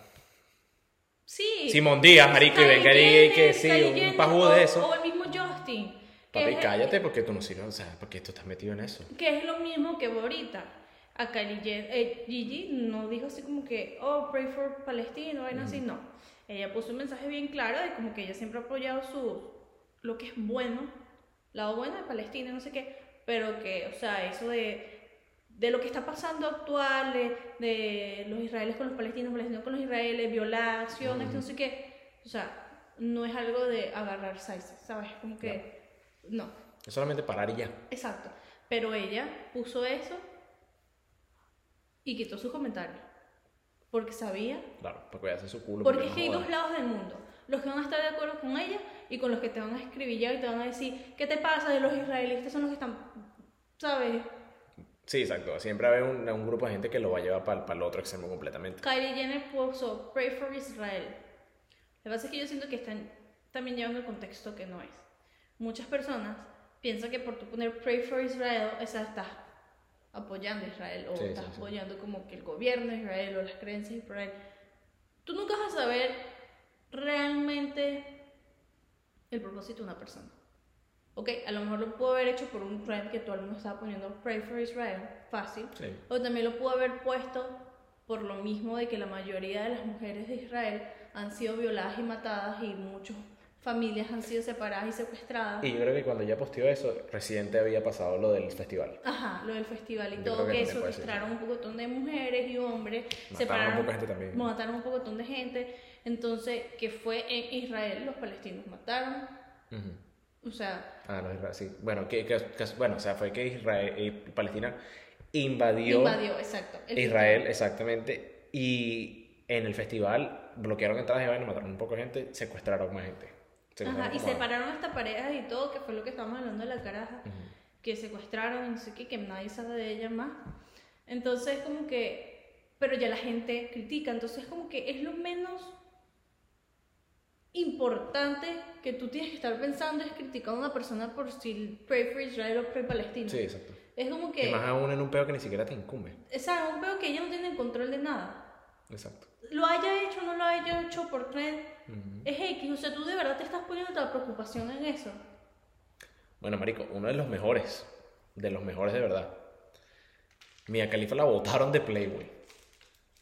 sí. Simón Díaz, marico, y Kylie venga ahí y que Jenner, sí, Kylie un Jenner, pajú o- de eso. O el mismo Justin. que Papi, es- cállate porque tú no sirves, o sea, porque tú estás metido en eso. Que es lo mismo que ahorita. A Kylie Jen- eh, Gigi no dijo así como que, oh, pray for Palestina, o así, no. Ella puso un mensaje bien claro de como que ella siempre ha apoyado su, lo que es bueno, lado bueno de Palestina, no sé qué, pero que, o sea, eso de, de lo que está pasando actual, de, de los israelíes con los palestinos, palestinos con los israelíes, violaciones, no sé qué, o sea, no es algo de agarrar sizes, ¿sabes? Como que, no. Es solamente parar y ya. Exacto. Pero ella puso eso y quitó sus comentarios. Porque sabía. Claro, para cuidarse su culo. Porque no es que hay joda. dos lados del mundo. Los que van a estar de acuerdo con ella y con los que te van a escribillar y te van a decir, ¿qué te pasa? De los israelíes son los que están, ¿sabes? Sí, exacto. Siempre va a haber un, un grupo de gente que lo va a llevar para, el otro extremo completamente. Kylie Jenner puso Pray for Israel. Lo que pasa es que yo siento que están también llevando el contexto que no es. Muchas personas piensan que por tú poner Pray for Israel, esa estás apoyando a Israel o Sí, estás sí, sí. apoyando como que el gobierno de Israel o las creencias de Israel. Tú nunca vas a saber realmente el propósito de una persona. Ok, a lo mejor lo pudo haber hecho por un trend que todo el mundo estaba poniendo, Pray for Israel, fácil. Sí. O también lo pudo haber puesto por lo mismo de que la mayoría de las mujeres de Israel han sido violadas y matadas y muchas familias han sido separadas y secuestradas. Y yo creo que cuando ya posteó eso, reciente había pasado lo del festival. Ajá, lo del festival y Yo todo, creo que que también puede ser. secuestraron un pocotón de mujeres y hombres, Mataron separaron un poco de gente también. mataron un pocotón de gente, entonces que fue en Israel los palestinos mataron, Ujú. o sea, Ah, no, Israel, sí. Bueno, que, que- que- bueno, o sea, fue que Israel, eh, Palestina invadió, invadió, exacto. el Israel, exactamente, y en el festival bloquearon entradas de vaina, mataron un poco de gente, secuestraron más gente. Secuestraron Ajá, y como a- separaron hasta parejas y todo, que fue lo que estábamos hablando de la caraja, que secuestraron y no sé qué, que nadie sabe de ella más. Entonces, como que, pero ya la gente critica, entonces como que es lo menos importante que tú tienes que estar pensando es criticar a una persona por si pray for Israel o pray Palestina. Sí, exacto. Es como Y más que, aún en un pedo que ni siquiera te incumbe. es un veo que ella no tiene control de nada. Exacto. Lo haya hecho o no lo haya hecho por trend, Ujú. es X, o sea, tú de verdad te estás poniendo toda preocupación en eso. Bueno, marico, uno de los mejores, de los mejores de verdad. Mia Khalifa la votaron de Playboy.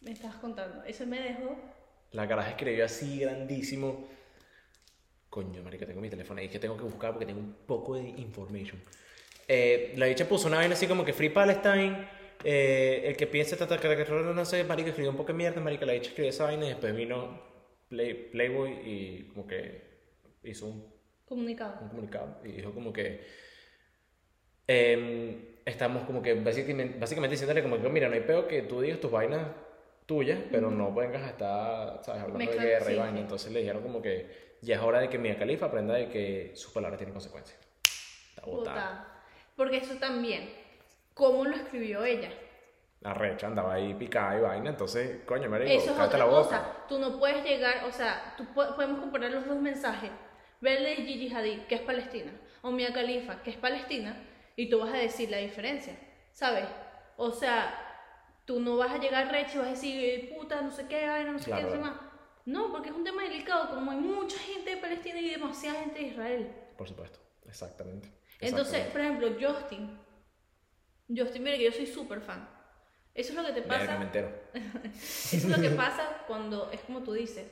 Me estabas contando. Eso me dejó. La caraja escribió así grandísimo. Coño, marica, tengo mi teléfono ahí que tengo que buscar porque tengo un poco de information. Eh, la dicha puso una vaina así como que Free Palestine. eh, el que piensa tata caracatrón, no sé, marica, escribió un poco de mierda, marica. La dicha escribió esa vaina y después vino Play- Playboy y como que hizo un Comunicado. un comunicado y dijo como que em, estamos como que básicamente, básicamente diciéndole como que mira, no hay peo que tú digas tus vainas tuyas, pero no vengas a estar, ¿sabes? Hablando Mezcla- de guerra y sí, vaina. sí. Entonces le dijeron como que ya es hora de que Mia Khalifa aprenda de que sus palabras tienen consecuencias. Está botada. Votado. Porque eso también. ¿Cómo lo escribió ella? La recha andaba ahí picada y vaina, entonces, coño, marico, eso es cállate otra la boca. cosa. Tú no puedes llegar, o sea, tú po- podemos comparar los dos mensajes. Verle y Gigi Hadid, que es Palestina, o Mia Khalifa, que es Palestina, y tú vas a decir la diferencia, ¿sabes? O sea, tú no vas a llegar recho y vas a decir, eh, puta, no sé qué, vaina, no sé Claro. qué, no sé más. No, porque es un tema delicado, como hay mucha gente de Palestina y demasiada gente de Israel. Por supuesto, exactamente. Entonces, exactamente. por ejemplo, Justin. Justin, mira que yo soy súper fan. Eso es lo que te Verga, me pasa. entero. Eso es lo que pasa cuando es como tú dices.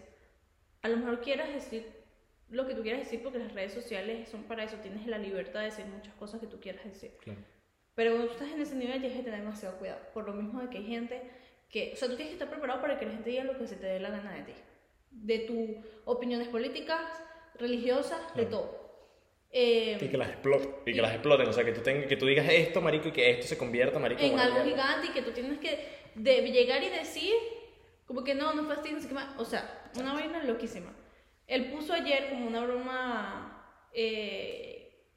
A lo mejor quieras decir lo que tú quieras decir porque las redes sociales son para eso. Tienes la libertad de decir muchas cosas que tú quieras decir. Claro. Pero cuando tú estás en ese nivel tienes que tener demasiado cuidado. Por lo mismo de que hay gente que... O sea, tú tienes que estar preparado para que la gente diga lo que se te dé la gana de ti. De tus opiniones políticas, religiosas, de Claro. todo. Eh, Y que las exploten, y que las exploten, o sea, que tú tengas, que tú digas esto, marico, y que esto se convierta, marico, en una algo mierda. gigante y que tú tienes que de llegar y decir como que no, no fue así, no sé qué más. O sea, una vaina loquísima. Él puso ayer como una broma eh,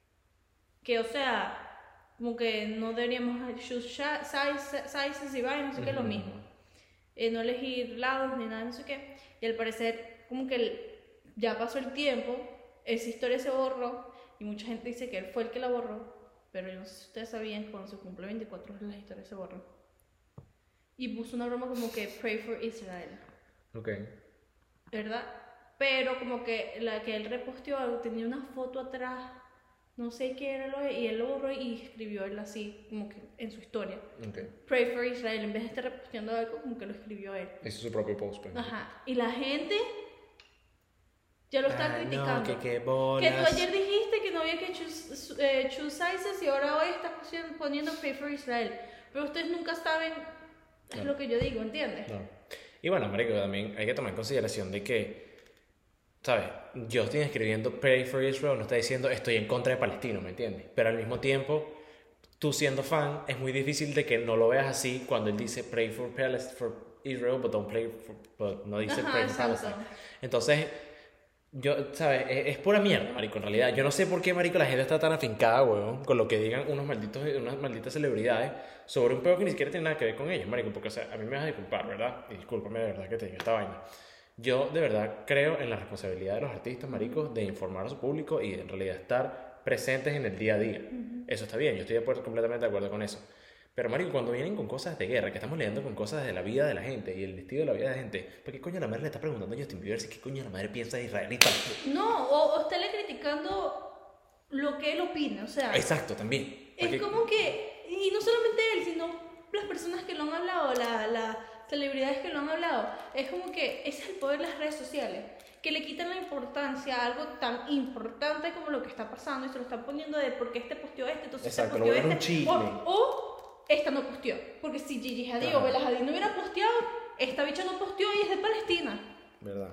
que, o sea, como que no deberíamos shoes sha- size- sizes y vainas, no sé qué, lo Ujú. mismo. Eh, no elegir lados ni nada, no sé qué. Y al parecer, como que él- ya pasó el tiempo, esa historia se borró y mucha gente dice que él fue el que la borró. Pero yo no sé si ustedes sabían que cuando se cumple 24 horas las historias se borran. Y puso una broma como que pray for Israel, Ok. ¿verdad? Pero como que la que él reposteó algo, tenía una foto atrás, no sé qué era, lo, y él lo borró y escribió él así, como que en su historia. Ok. Pray for Israel, en vez de estar reposteando algo, como que lo escribió él. Hizo su propio post, pues. Ajá. Y la gente ya lo está Ay, criticando. Ah, No, que qué Que tú bolas. ayer dijiste que no había que choose, su- eh, choose sizes y ahora hoy estás pusien- poniendo pay for Israel. Pero ustedes nunca saben, es Claro. lo que yo digo, ¿entiendes? No. Y bueno, marico, también hay que tomar en consideración de que, ¿sabes? Yo estoy escribiendo Pray for Israel, no está diciendo estoy en contra de Palestino, ¿me entiendes? Pero al mismo tiempo, tú siendo fan, es muy difícil de que no lo veas así cuando él dice Pray for, Palestine, for Israel, but don't pray for, but no dice Ajá, Pray for exacto. Palestine. Entonces, yo, ¿sabes? Es, es pura mierda, marico, en realidad. Yo no sé por qué, marico, la gente está tan afincada, weón, con lo que digan unos malditos, unas malditas celebridades sobre un pedo que ni siquiera tiene nada que ver con ellos, marico. Porque, o sea, a mí me vas a disculpar, ¿verdad? Y discúlpame de verdad que te diga esta vaina. Yo, de verdad, creo en la responsabilidad de los artistas, maricos, de informar a su público y, en realidad, estar presentes en el día a día. Eso está bien, yo estoy de acuerdo, completamente de acuerdo con eso. Pero marico, cuando vienen con cosas de guerra, que estamos leyendo con cosas de la vida de la gente y el estilo de la vida de la gente, ¿por qué coño la madre le está preguntando a Justin Bieber si qué coño la madre piensa de israelita? No, o, o estarle criticando lo que él opina, o sea, es, Exacto, también. ¿Para qué? como que, y no solamente él, sino las personas que lo han hablado, la- las celebridades que lo han hablado, es como que ese es el poder de las redes sociales, que le quitan la importancia a algo tan importante como lo que está pasando y se lo están poniendo de porque este posteó este, entonces este Exacto, lo posteó vuelven este, un chisme. o, o esta no posteó, porque si Gigi Hadid o Ajá. Bella Hadid no hubiera posteado, esta bicha no posteó y es de Palestina. Verdad,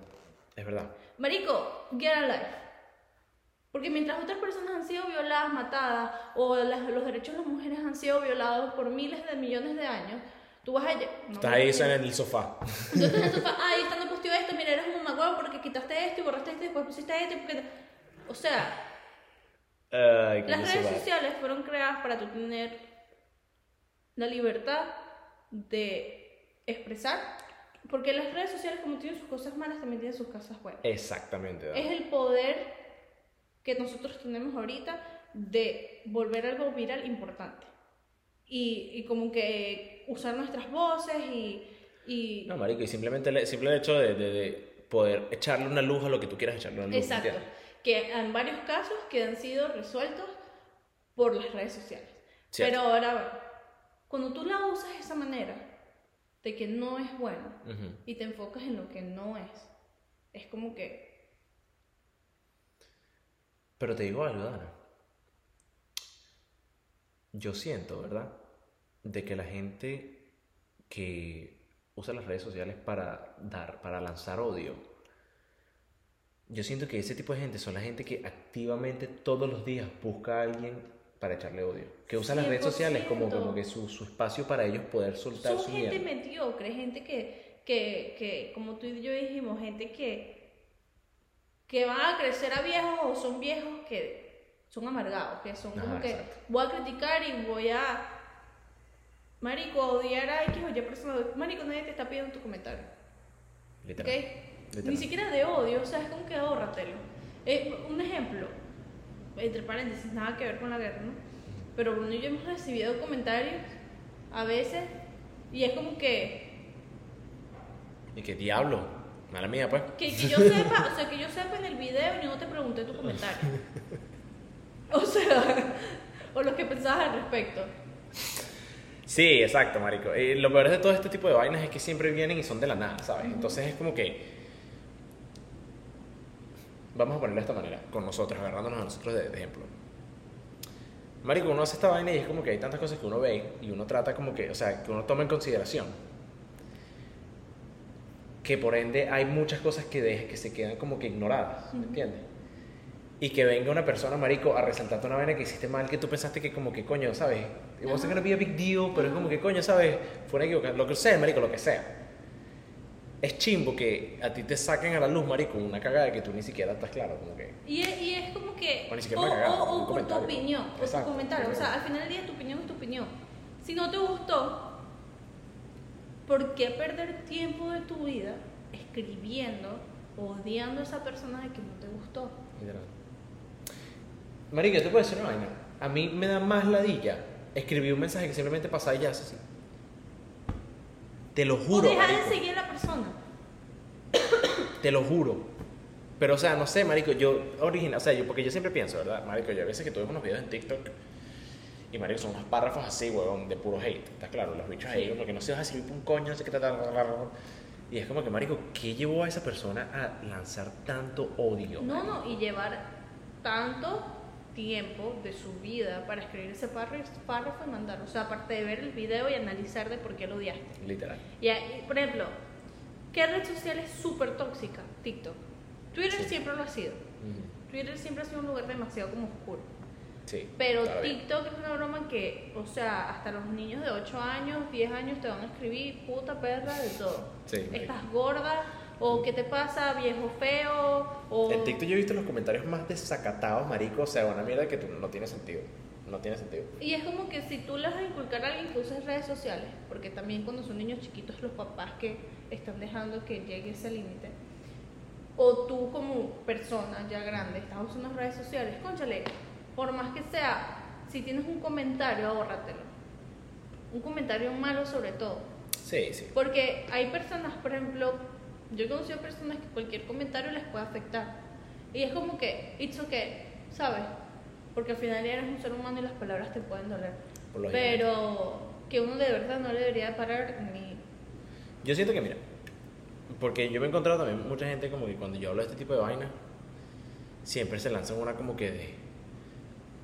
es verdad. Marico, get a life. Porque mientras otras personas han sido violadas, matadas, o las- los derechos de las mujeres han sido violados por miles de millones de años, tú vas a... lle- No, Estás ahí mentira. en el sofá. Tú estás en el sofá, ay, esta no posteó esto, mira, eres un mamagüevo porque quitaste esto y borraste esto y después pusiste esto y porque... O sea, Ay, coño, las se redes va. sociales fueron creadas para tú tener la libertad de expresar, porque las redes sociales como tienen sus cosas malas, también tienen sus cosas buenas. Exactamente. Dani. es el poder que nosotros tenemos ahorita de volver algo viral importante. Y, y como que usar nuestras voces y... y No, marico, y simplemente el simple hecho de, de- de poder echarle una luz a lo que tú quieras echarle una luz. exacto. ¿entiendes? Que en varios casos que han sido resueltos por las redes sociales. Cierto. Pero ahora, bueno, cuando tú la usas de esa manera, de que no es bueno, Ujú. y te enfocas en lo que no es, es como que... Pero te digo algo, Dana. Yo siento, ¿verdad? De que la gente que usa las redes sociales para dar, para lanzar odio, yo siento que ese tipo de gente son la gente que activamente todos los días busca a alguien para echarle odio. Que usa las redes sociales como, 100%. como que su, su espacio para ellos poder soltar Son su gente miedo. mediocre, gente que, que, que, como tú y yo dijimos, gente que, que van a crecer a viejos o son viejos que son amargados, que son como Ajá, que exacto. voy a criticar y voy a, marico, odiar a X o Y persona. Marico, nadie te está pidiendo tu comentario, ¿ok? Literal. Literal. Ni siquiera de odio, o sea, es como que ahórratelo. Eh, un ejemplo, entre paréntesis, nada que ver con la guerra, ¿no? Pero Bruno y yo hemos recibido comentarios a veces y es como que... Y que diablo, mala mía, pues. Que, que yo sepa, o sea, que yo sepa en el video, yo no te pregunté tu comentario. O sea, o lo que pensabas al respecto. Sí, exacto, marico. Eh, lo peor de todo este tipo de vainas es que siempre vienen y son de la nada, ¿sabes? Entonces es como que... Vamos a ponerlo de esta manera, con nosotros, agarrándonos a nosotros de, de ejemplo. Marico, uno hace esta vaina y es como que hay tantas cosas que uno ve y uno trata como que, o sea, que uno toma en consideración. Que por ende hay muchas cosas que, deja- que se quedan como que ignoradas, ¿me Ujú. entiendes? Y que venga una persona, marico, a resaltarte una vaina que hiciste mal, que tú pensaste que como que coño, ¿sabes? It wasn't gonna be a big deal, pero es como que coño, ¿sabes? Fue una equivocación, lo que sea, marico, lo que sea. Es chimbo que a ti te saquen a la luz, marico, una cagada que tú ni siquiera estás claro, como que... Y es, y es como que. O ni siquiera o, una cagada, o- o un por tu comentario. opinión, por tu Exacto, comentario. O sea, exacto. al final del día tu opinión es tu opinión. Si no te gustó, ¿por qué perder tiempo de tu vida escribiendo, odiando a esa persona de que no te gustó? Literal. Marico, yo te puedo decir una vaina. A mí me da más ladilla escribir un mensaje que simplemente pasar y ya es así. Te lo juro. o dejar de marico. seguir a la persona. Te lo juro. Pero, o sea, no sé, marico, yo original, o sea, yo, porque yo siempre pienso, ¿verdad? Marico, yo a veces que tuve unos videos en TikTok y, marico, son unos párrafos así, huevón, de puro hate, ¿está claro? Los bichos ahí, porque no se vas a servir por un coño, no sé qué, tal, tal, tal, tal. Y es como que, marico, ¿qué llevó a esa persona a lanzar tanto odio? No, no, y llevar tanto tiempo de su vida para escribir ese párrafo, párrafo y mandar. O sea, aparte de ver el video y analizar de por qué lo odiaste. Literal. Y, ahí, por ejemplo, ¿qué red social es súper tóxica? TikTok. Twitter Sí. siempre lo ha sido. Ujú. Twitter siempre ha sido un lugar demasiado como oscuro. Sí. Pero está bien. TikTok es una broma que, o sea, hasta los niños de 8 años, 10 años te van a escribir puta perra de todo. Sí, marico. Estás gorda, o qué te pasa, viejo feo, o... En TikTok yo he visto los comentarios más desacatados, marico. O sea, una mierda que tú- no tiene sentido. No tiene sentido. Y es como que si tú le vas a inculcar a alguien que uses redes sociales, porque también cuando son niños chiquitos los papás que están dejando que llegue ese límite, o tú como persona ya grande estás usando las redes sociales, conchale, por más que sea, si tienes un comentario, ahórratelo. un comentario malo sobre todo. Sí, sí. Porque hay personas, por ejemplo, yo he conocido personas que cualquier comentario les puede afectar. Y es como que, it's okay, ¿sabes? Porque al final eres un ser humano y las palabras te pueden doler. Por lo general. Pero que uno de verdad no le debería parar ni... Yo siento que, mira, porque yo me he encontrado también mucha gente como que cuando yo hablo de este tipo de vainas, siempre se lanzan una como que de,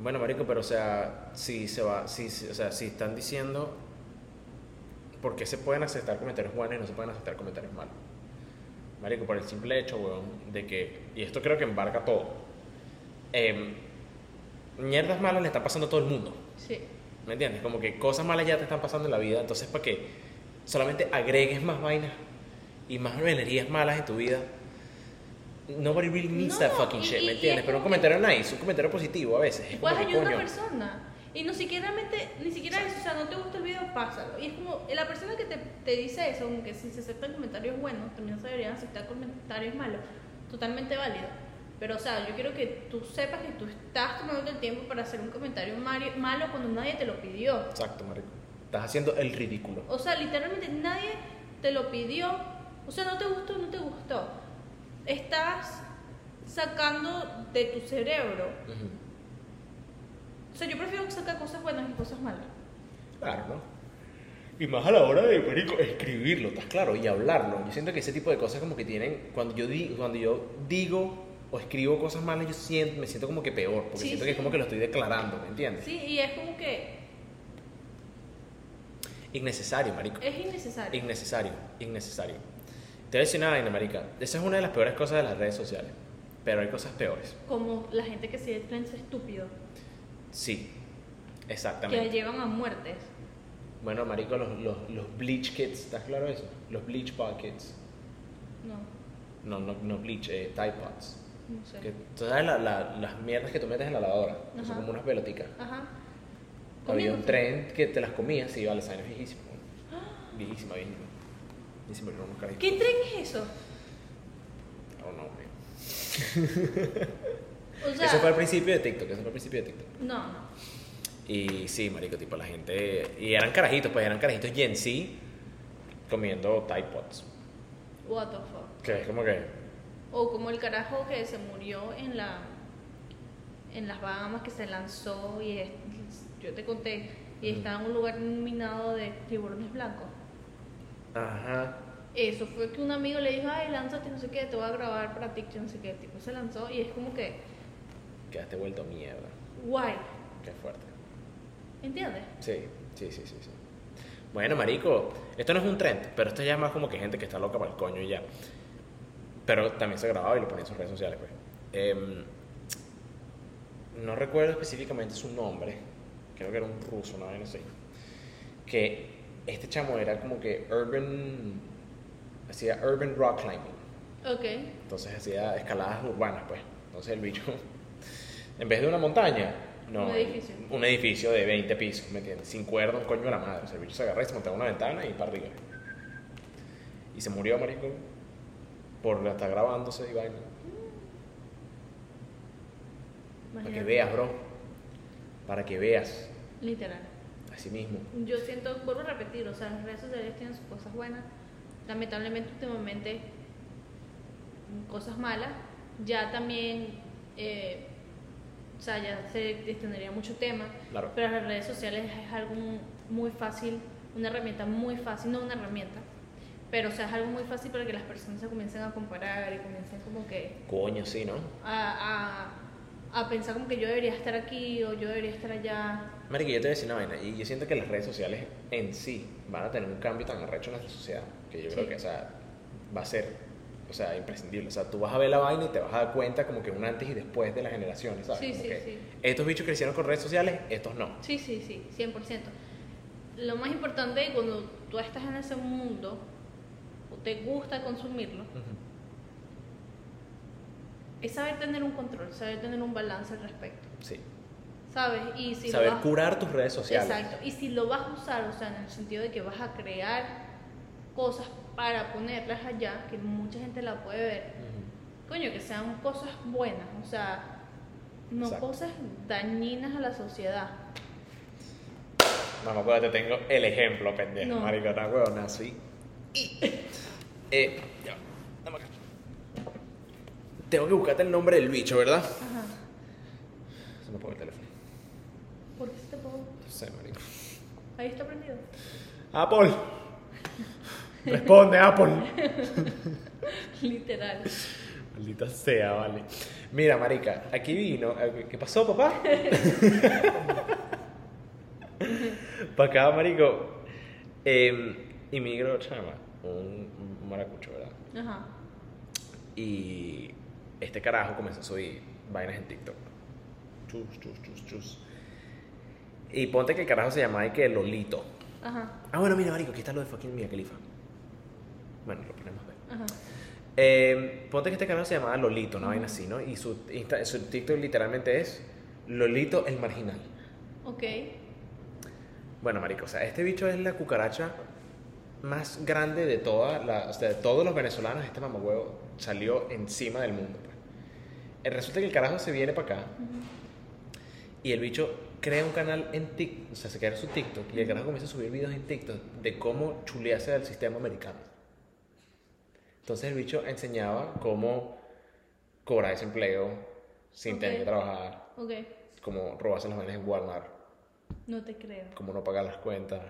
bueno, marico, pero o sea, si se va, si, si- o sea, si están diciendo, ¿por qué se pueden aceptar comentarios buenos y no se pueden aceptar comentarios malos? Marico, por el simple hecho, weón, de que, y esto creo que embarca todo, em, mierdas malas le están pasando a todo el mundo. Sí, ¿Me entiendes? Como que cosas malas ya te están pasando en la vida, entonces para que solamente agregues más vainas y más energías malas en tu vida. Nobody really needs No, that fucking y- shit, y- ¿me y entiendes? es Pero un como comentario nice, un comentario positivo a veces. es como puedes que, ayudar a Pues una coño, persona. Y no siquiera mete- ni siquiera eso, o sea, no te gusta el video, pásalo. Y es como, eh, la persona que te, te dice eso, aunque si se aceptan comentarios buenos, también se deberían aceptar comentarios malos. Totalmente válido. Pero, o sea, yo quiero que tú sepas que tú estás tomando el tiempo para hacer un comentario mari- malo cuando nadie te lo pidió. Exacto, marico. Estás haciendo el ridículo. O sea, literalmente nadie te lo pidió. O sea, no te gustó, no te gustó. Estás sacando de tu cerebro. Ujú. O sea, yo prefiero sacar cosas buenas y cosas malas. Claro, ¿no? Y más a la hora de, marico, escribirlo, ¿estás claro? Y hablarlo. Yo siento que ese tipo de cosas como que tienen, cuando yo, di- cuando yo digo o escribo cosas malas, yo siento, me siento como que peor, porque Sí, siento que es sí. como que lo estoy declarando, ¿me entiendes? Sí, y es como que Innecesario, marico. es innecesario. Innecesario, innecesario. Te voy a decir una vaina, marica. Esa es una de las peores cosas de las redes sociales. Pero hay cosas peores. Como la gente que sigue trends estúpidos, Sí, que exactamente. llevan a muertes. Bueno, marico, los, los, los bleach kits, ¿estás claro de eso? Los bleach pockets. No, No, no, no bleach, eh, tie pods. no sé. Que, ¿Tú sabes la- la- las mierdas que tú metes en la lavadora? Que Ajá. Son como unas peloticas. Ajá. Había un Comiéndose. tren que te las comías y iba a las años viejísimo. Viejísima, viejísima. Y se me olvidó unos caritos. ¿Qué tren es eso? Oh, no, güey. O sea, Eso fue al principio de TikTok, eso fue al principio de TikTok. no, no. Y sí, marico, tipo la gente. Y eran carajitos, pues eran carajitos Gen Z comiendo Tide Pods. What the fuck. Que es como que. O como el carajo que se murió en la en las Bahamas que se lanzó y es- yo te conté y Ujú. estaba en un lugar minado de tiburones blancos. Ajá. Eso fue que un amigo le dijo, ay, lánzate, no sé qué, te voy a grabar para TikTok, no sé qué. El tipo se lanzó y es como que, Quedaste vuelto mierda. guay, Qué fuerte. ¿entiendes? Sí, sí, sí, sí. sí. Bueno, marico, esto no es un trend, pero esto ya es más como que gente que está loca para el coño y ya. Pero también se grababa y lo ponía en sus redes sociales, pues. Em, no recuerdo específicamente su nombre, creo que era un ruso, no, no sé. Que este chamo era como que urban, hacía urban rock climbing. Ok, Entonces hacía escaladas urbanas, pues. Entonces el bicho, en vez de una montaña, no, Un edificio. un edificio de 20 pisos, ¿me entiendes? Sin cuerda, un coño de la madre. O sea, el bicho se agarra y se montaba en una ventana y para arriba. Y se murió, marico, por estar grabándose y vaina. Para que imagínate. veas, bro. Para que veas. Literal. Así mismo. Yo siento, vuelvo a repetir, o sea, las redes sociales tienen sus cosas buenas, lamentablemente últimamente mm, cosas malas, ya también, eh, o sea, ya se extendería mucho tema, Claro. pero las redes sociales es algo mu- muy fácil, una herramienta muy fácil, no una herramienta, pero o sea, es algo muy fácil para que las personas se comiencen a comparar y comiencen como que Coño, sí, ¿no? a, a, a pensar como que yo debería estar aquí o yo debería estar allá. Marico, yo te voy a decir una vaina. Y yo siento que las redes sociales en sí van a tener un cambio tan arrecho en nuestra sociedad. Que yo creo Sí. que, o sea, va a ser, o sea, imprescindible. O sea, tú vas a ver la vaina y te vas a dar cuenta como que un antes y después de las generaciones, ¿sabes? Sí, Como sí, que sí. Estos bichos crecieron con redes sociales, estos no. Sí, sí, sí, 100%. Lo más importante cuando tú estás en ese mundo, o te gusta consumirlo, es saber tener un control, saber tener un balance al respecto. Sí. ¿Sabes? Y si Saber lo vas, curar tus redes sociales. Exacto. Y si lo vas a usar, o sea, en el sentido de que vas a crear cosas para ponerlas allá, que mucha gente la puede ver, Ujú. coño, que sean cosas buenas, o sea, no Exacto. cosas dañinas a la sociedad. Mamá, acuérdate, tengo el ejemplo pendejo. No. Marico, está huevona así. Y- Eh, ya, dame acá. Tengo que buscarte el nombre del bicho, ¿verdad? Ajá. Se me pone el teléfono. ¿Por qué se te pagó? No sé, marico. Ahí está prendido. Apple. Responde, Apple. Literal. Maldita sea, vale. Mira, marica, aquí vino. eh, ¿Qué pasó, papá? Para acá, marico. Em, inmigró chama, un un maracucho, ¿verdad? Ajá. Y este carajo comenzó a subir vainas en TikTok. Chus, chus, chus, chus. Y ponte que el carajo se llamaba y que Lolito. Ajá. Ah, bueno, mira, marico, aquí está lo de fucking Mia Khalifa. Bueno, lo ponemos a ver. Ajá. Eh, ponte que este canal se llamaba Lolito, una vaina así, ¿no? Y su, Insta- su TikTok literalmente es Lolito el Marginal. Ok. Bueno, marico, o sea, este bicho es la cucaracha más grande de toda la, o sea, de todos los venezolanos. Este mamahuevo salió encima del mundo. pues. Eh, Resulta que el carajo se viene para acá y el bicho crea un canal en TikTok, o sea, se crea su TikTok y el carajo comienza a subir videos en TikTok de cómo chulearse del sistema americano. Entonces el bicho enseñaba cómo cobrar desempleo sin tener Ok. que trabajar, Ok. cómo robarse las vainas en Walmart, No te creo. cómo no pagar las cuentas,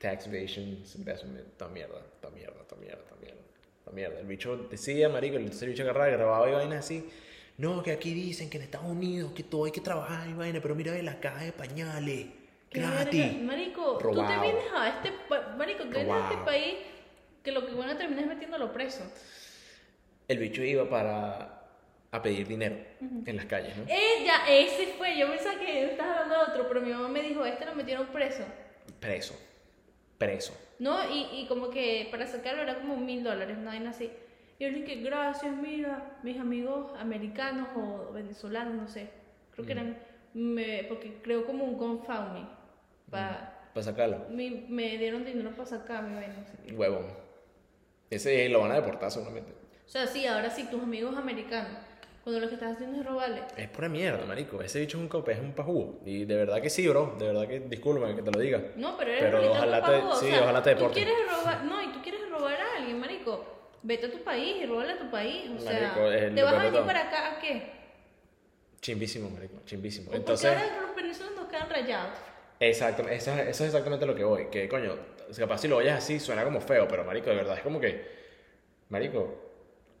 tax evasion, investment, toda mierda, toda mierda, toda mierda, toda mierda, toda mierda. El bicho decía, marico, entonces el bicho agarraba, grababa y vainas así. No, que aquí dicen que en Estados Unidos que todo hay que trabajar y vaina, pero mira ve la caja de pañales, Qué gratis. verga. Marico, tú te Robado. vienes a este pa- Marico, tú vienes a este Robado. país que lo que van a terminar es metiéndolo preso. El bicho iba para a pedir dinero en las calles, ¿no? Ella, ese fue. Yo pensaba que estás hablando de otro, pero mi mamá me dijo, este lo metieron preso. Preso, preso. ¿No? Y, y como que para sacarlo era como mil dólares, una vaina así. Y yo le dije, gracias, mira, mis amigos americanos o venezolanos, no sé. Creo que Mm. eran, me- porque creo como un GoFundMe. Pa- Para sacarlo, me, me dieron dinero para sacarme, vaina, no sé. huevón. Ese lo van a deportar seguramente. O sea, sí, ahora sí, tus amigos americanos, cuando lo que estás haciendo es robarle. Es pura mierda, marico. Ese bicho es un cope, es un pajugo. Y de verdad que sí, bro. De verdad que disculpa que te lo diga. No, pero eres Pero realista, ojalá no te- pago, o sí, sea, ojalá te tú deporten. quieres robar, no, y tú quieres robar a alguien, marico. Vete a tu país y róbale a tu país, o sea, Marico, es el te vas a lugar de venir todo. para acá a qué? Chimbísimo, marico. Chimbísimo. Entonces, Entonces, porque ahora los venezolanos quedan rayados. exacto, eso, es- eso es exactamente lo que voy. Que coño, o sea, capaz si lo oyes así suena como feo, pero marico, de verdad es como que. Marico,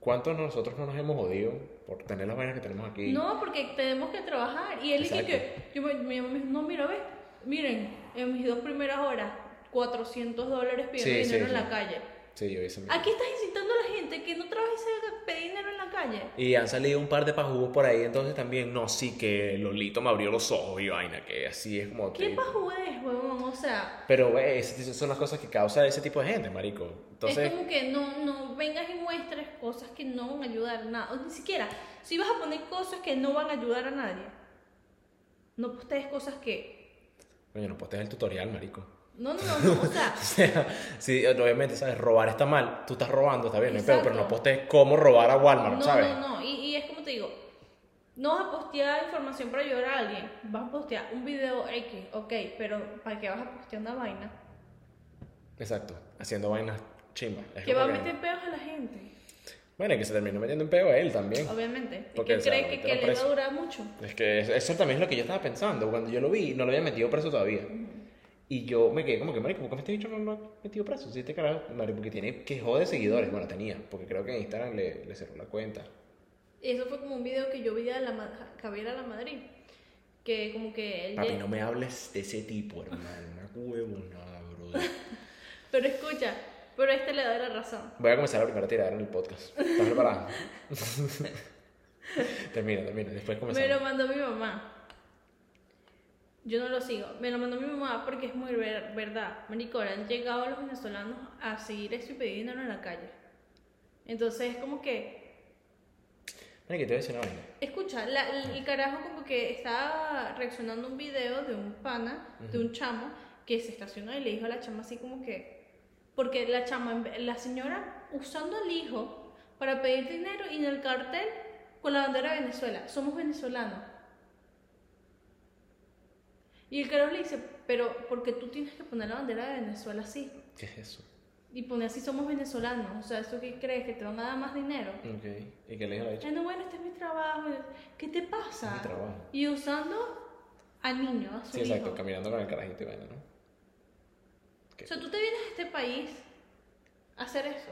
¿cuántos nosotros no nos hemos jodido por tener las vainas que tenemos aquí? No, porque tenemos que trabajar. Y él dice que, Exacto. yo me, mi mamá me dijo, no, mira, ve, miren, en mis dos primeras horas, 400 dólares pidiendo Sí, sí, dinero en sí. la calle. Sí, yo hice mi- Aquí estás incitando a la gente que no trabaje y se haga pedir dinero en la calle. Y han salido un par de pajugos por ahí, entonces también, no, sí que Lolito me abrió los ojos y vaina, que así es como. ¿Qué que- pajudez, huevón? O sea, Pero, güey, esas esas son las cosas que causa ese tipo de gente, marico. Entonces. es como que no, no vengas y muestres cosas que no van a ayudar a nada. O ni siquiera, si vas a poner cosas que no van a ayudar a nadie, no postees cosas que... Coño, no postees el tutorial, marico. No, no, no, no, o sea... O sea, sí, obviamente, ¿sabes? Robar está mal. Tú estás robando, está bien, no hay pedo, Exacto. pero no postees cómo robar a Walmart, No, ¿sabes? no, no. Y, y es como te digo, no vas a postear información para ayudar a alguien. Vas a postear un video X, ok, pero ¿para qué vas a postear una vaina? Exacto. Haciendo vainas chimbas. Es Que va como a que- meter peos a la gente, Bueno, y que se terminó metiendo un peo a él también. obviamente. Y Porque, que o sea, cree que, que meterlo le va a preso. durar mucho. Es que es- eso también es lo que yo estaba pensando. Cuando yo lo vi, no lo había metido preso todavía. Y yo me quedé como que, marico, ¿por qué este bicho no lo ha metido preso? Si este carajo, marico, porque tiene que joder seguidores. Bueno, tenía, porque creo que en Instagram le, le cerró la cuenta. Y eso fue como un video que yo vi de la ma- Javier a la Madrid. Que como que él. Papi, ya- no me hables de ese tipo, hermano. Una huevonada, bro. Pero escucha, pero este le da la razón. Voy a comenzar la primera tirada en el podcast. ¿Estás preparada? termina, termina. Después Me lo comenzamos. mandó mi mamá. Yo no lo sigo. Me lo mandó mi mamá porque es muy ver- verdad. Marico, ahora han llegado los venezolanos a seguir eso y pedir dinero en la calle. Entonces es como que, Mira que te voy a decir una vaina. escucha, la- el carajo como que estaba reaccionando a un video de un pana, de un chamo, que se estacionó y le dijo a la chama así como que, porque la chama, en vez- la señora usando al hijo para pedir dinero y en el cartel con la bandera de Venezuela, somos venezolanos. Y el carajo le dice, pero porque tú tienes que poner la bandera de Venezuela así. ¿Qué es eso? Y pone así somos venezolanos. O sea, ¿eso qué crees? ¿Que te van a dar más dinero? Ok. ¿Y qué le dijo a ella? Ay, no, bueno, este es mi trabajo. ¿Qué te pasa? Es mi trabajo. Y usando al niño, a su Sí, hijo. exacto, caminando con el carajito y vaina, ¿no? O sea, tú te vienes a este país a hacer eso.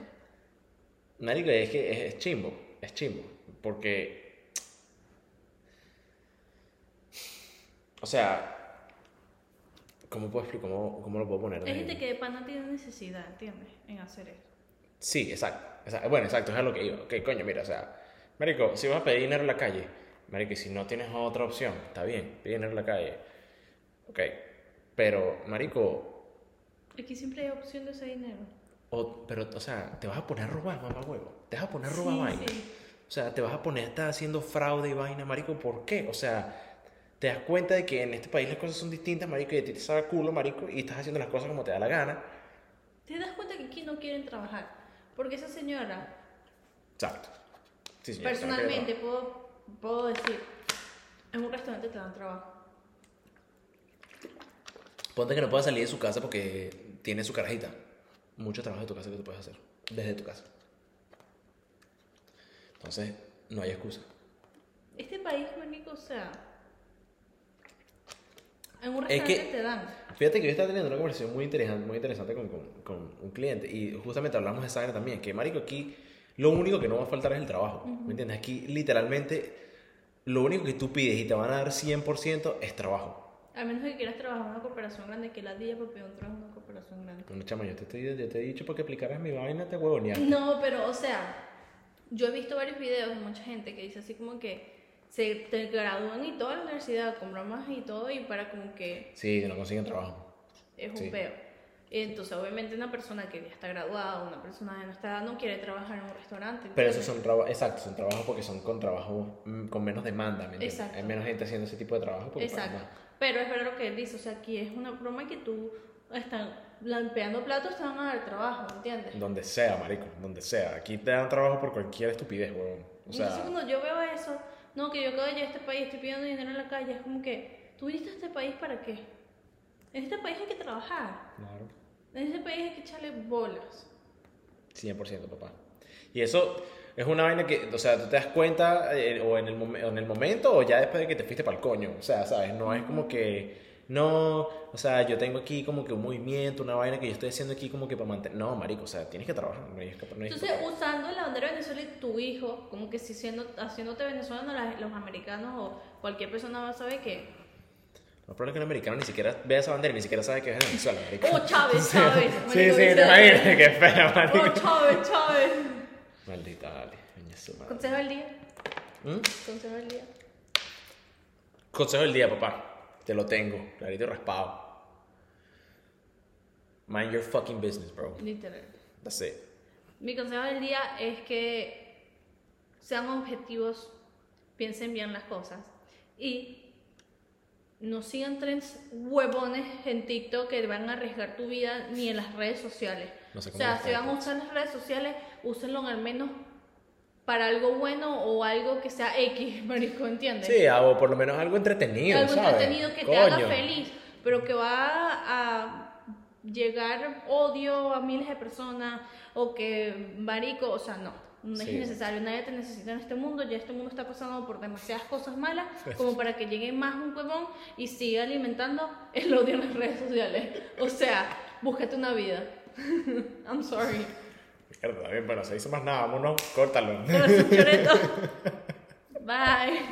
Marico, es que es, es chimbo, es chimbo, porque... O sea, ¿cómo puedo explicar? ¿Cómo, cómo lo puedo poner? de Hay gente ejemplo? que de pana tiene necesidad, ¿entiendes? En hacer eso. Sí, exacto. Exa- Bueno, exacto, es a lo que iba. Ok, coño, mira, o sea, Marico, si vas a pedir dinero en la calle, Marico, y si no tienes otra opción, está bien, pide dinero en la calle. Ok, pero, Marico, Aquí siempre hay opción de ese dinero. o, pero, o sea, te vas a poner a robar, mamá huevo. Te vas a poner a robar Sí, vaina. sí. O sea, te vas a poner a estar haciendo fraude y vaina, marico, ¿por qué? O sea, te das cuenta de que en este país las cosas son distintas, marico, y a ti te sabe culo, marico, y estás haciendo las cosas como te da la gana. Te das cuenta que aquí no quieren trabajar. Porque esa señora, Exacto. Sí, señor, personalmente, puedo, puedo decir, en un restaurante te dan trabajo. Ponte que no pueda salir de su casa porque tiene su carajita. Mucho trabajo de tu casa que tú puedes hacer, desde tu casa. Entonces, no hay excusa. Este país, único, o sea, en un Es restaurante que- te dan. Fíjate que yo estaba teniendo una conversación muy interesante, muy interesante con, con- con un cliente y justamente hablamos de esa vaina también, que marico, aquí lo único que no va a faltar es el trabajo, ¿me entiendes? Aquí literalmente lo único que tú pides y te van a dar 100% es trabajo. A menos que quieras trabajar en una corporación grande, que la día para pedir un trabajo en una corporación grande. Bueno, chama, yo te, estoy- yo te he dicho para que aplicaras mi vaina, te huevoneaste. No, pero o sea, yo he visto varios videos de mucha gente que dice así como que se te gradúan y toda la universidad, con bromas y todo, y para como que Sí, no consiguen trabajo. es un Sí. peo. Entonces, obviamente, una persona que ya está graduada, una persona de nuestra edad, no quiere trabajar en un restaurante. Pero ¿entiendes? esos son trabajos, exacto, son trabajos porque son con trabajo mm, con menos demanda, ¿me entiendes? Exacto. Hay menos gente haciendo ese tipo de trabajo porque pagan Exacto. más. Pero es verdad lo que él dice, o sea, aquí es una broma que tú están lampeando platos, te van a dar trabajo, ¿entiendes? Donde sea, marico, donde sea. Aquí te dan trabajo por cualquier estupidez, huevón. O sea, Entonces cuando yo veo eso, no, que yo acabo de llegar a este país, estoy pidiendo dinero en la calle, es como que, ¿tú viniste a este país para qué? En este país hay que trabajar, claro. en este país hay que echarle bolas. 100%, papá. Y eso es una vaina que, o sea, tú te das cuenta eh, o, en el momen- o en el momento o ya después de que te fuiste para el coño. O sea, ¿sabes? No es como que, no, o sea, yo tengo aquí como que un movimiento, una vaina que yo estoy haciendo aquí como que para mantener... No, marico, o sea, tienes que trabajar. No hay escapa- no hay Entonces escapatoria. usando la bandera de Venezuela y tu hijo, como que si siendo, haciéndote venezolano, la- los americanos o cualquier persona va a saber que, Lo probable es que un americano ni siquiera vea esa bandera y ni siquiera sabe que es de Venezuela, marico. oh Chávez, Chávez. Sí, marico, sí, te dice, imaginas, qué feo, Oh marico. Chávez, Chávez. Maldita, dale, coño, su madre. Consejo del día, ¿Mm? consejo del día. Consejo del día, papá. Te lo tengo. Clarito y raspado. Mind your fucking business, bro. Literal. That's it. Mi consejo del día es que sean objetivos, piensen bien las cosas y no sigan tres huevones en TikTok que van a arriesgar tu vida ni en las redes sociales. No sé o cómo sea, los si van a TikToks. usar las redes sociales, úsenlo al menos para algo bueno o algo que sea X, marico, ¿entiendes? Sí, o por lo menos algo entretenido, algo ¿sabes? entretenido que te Coño. haga feliz, pero que va a llegar odio a miles de personas o que marico, o sea, no. No es Sí. necesario, nadie te necesita en este mundo, ya este mundo está pasando por demasiadas cosas malas como para que llegue más un huevón y siga alimentando el odio en las redes sociales. O sea, búscate una vida. I'm sorry. Mierda, está bien, bueno, se hizo más nada, vámonos, córtalo. Pero, Choreto, Bye.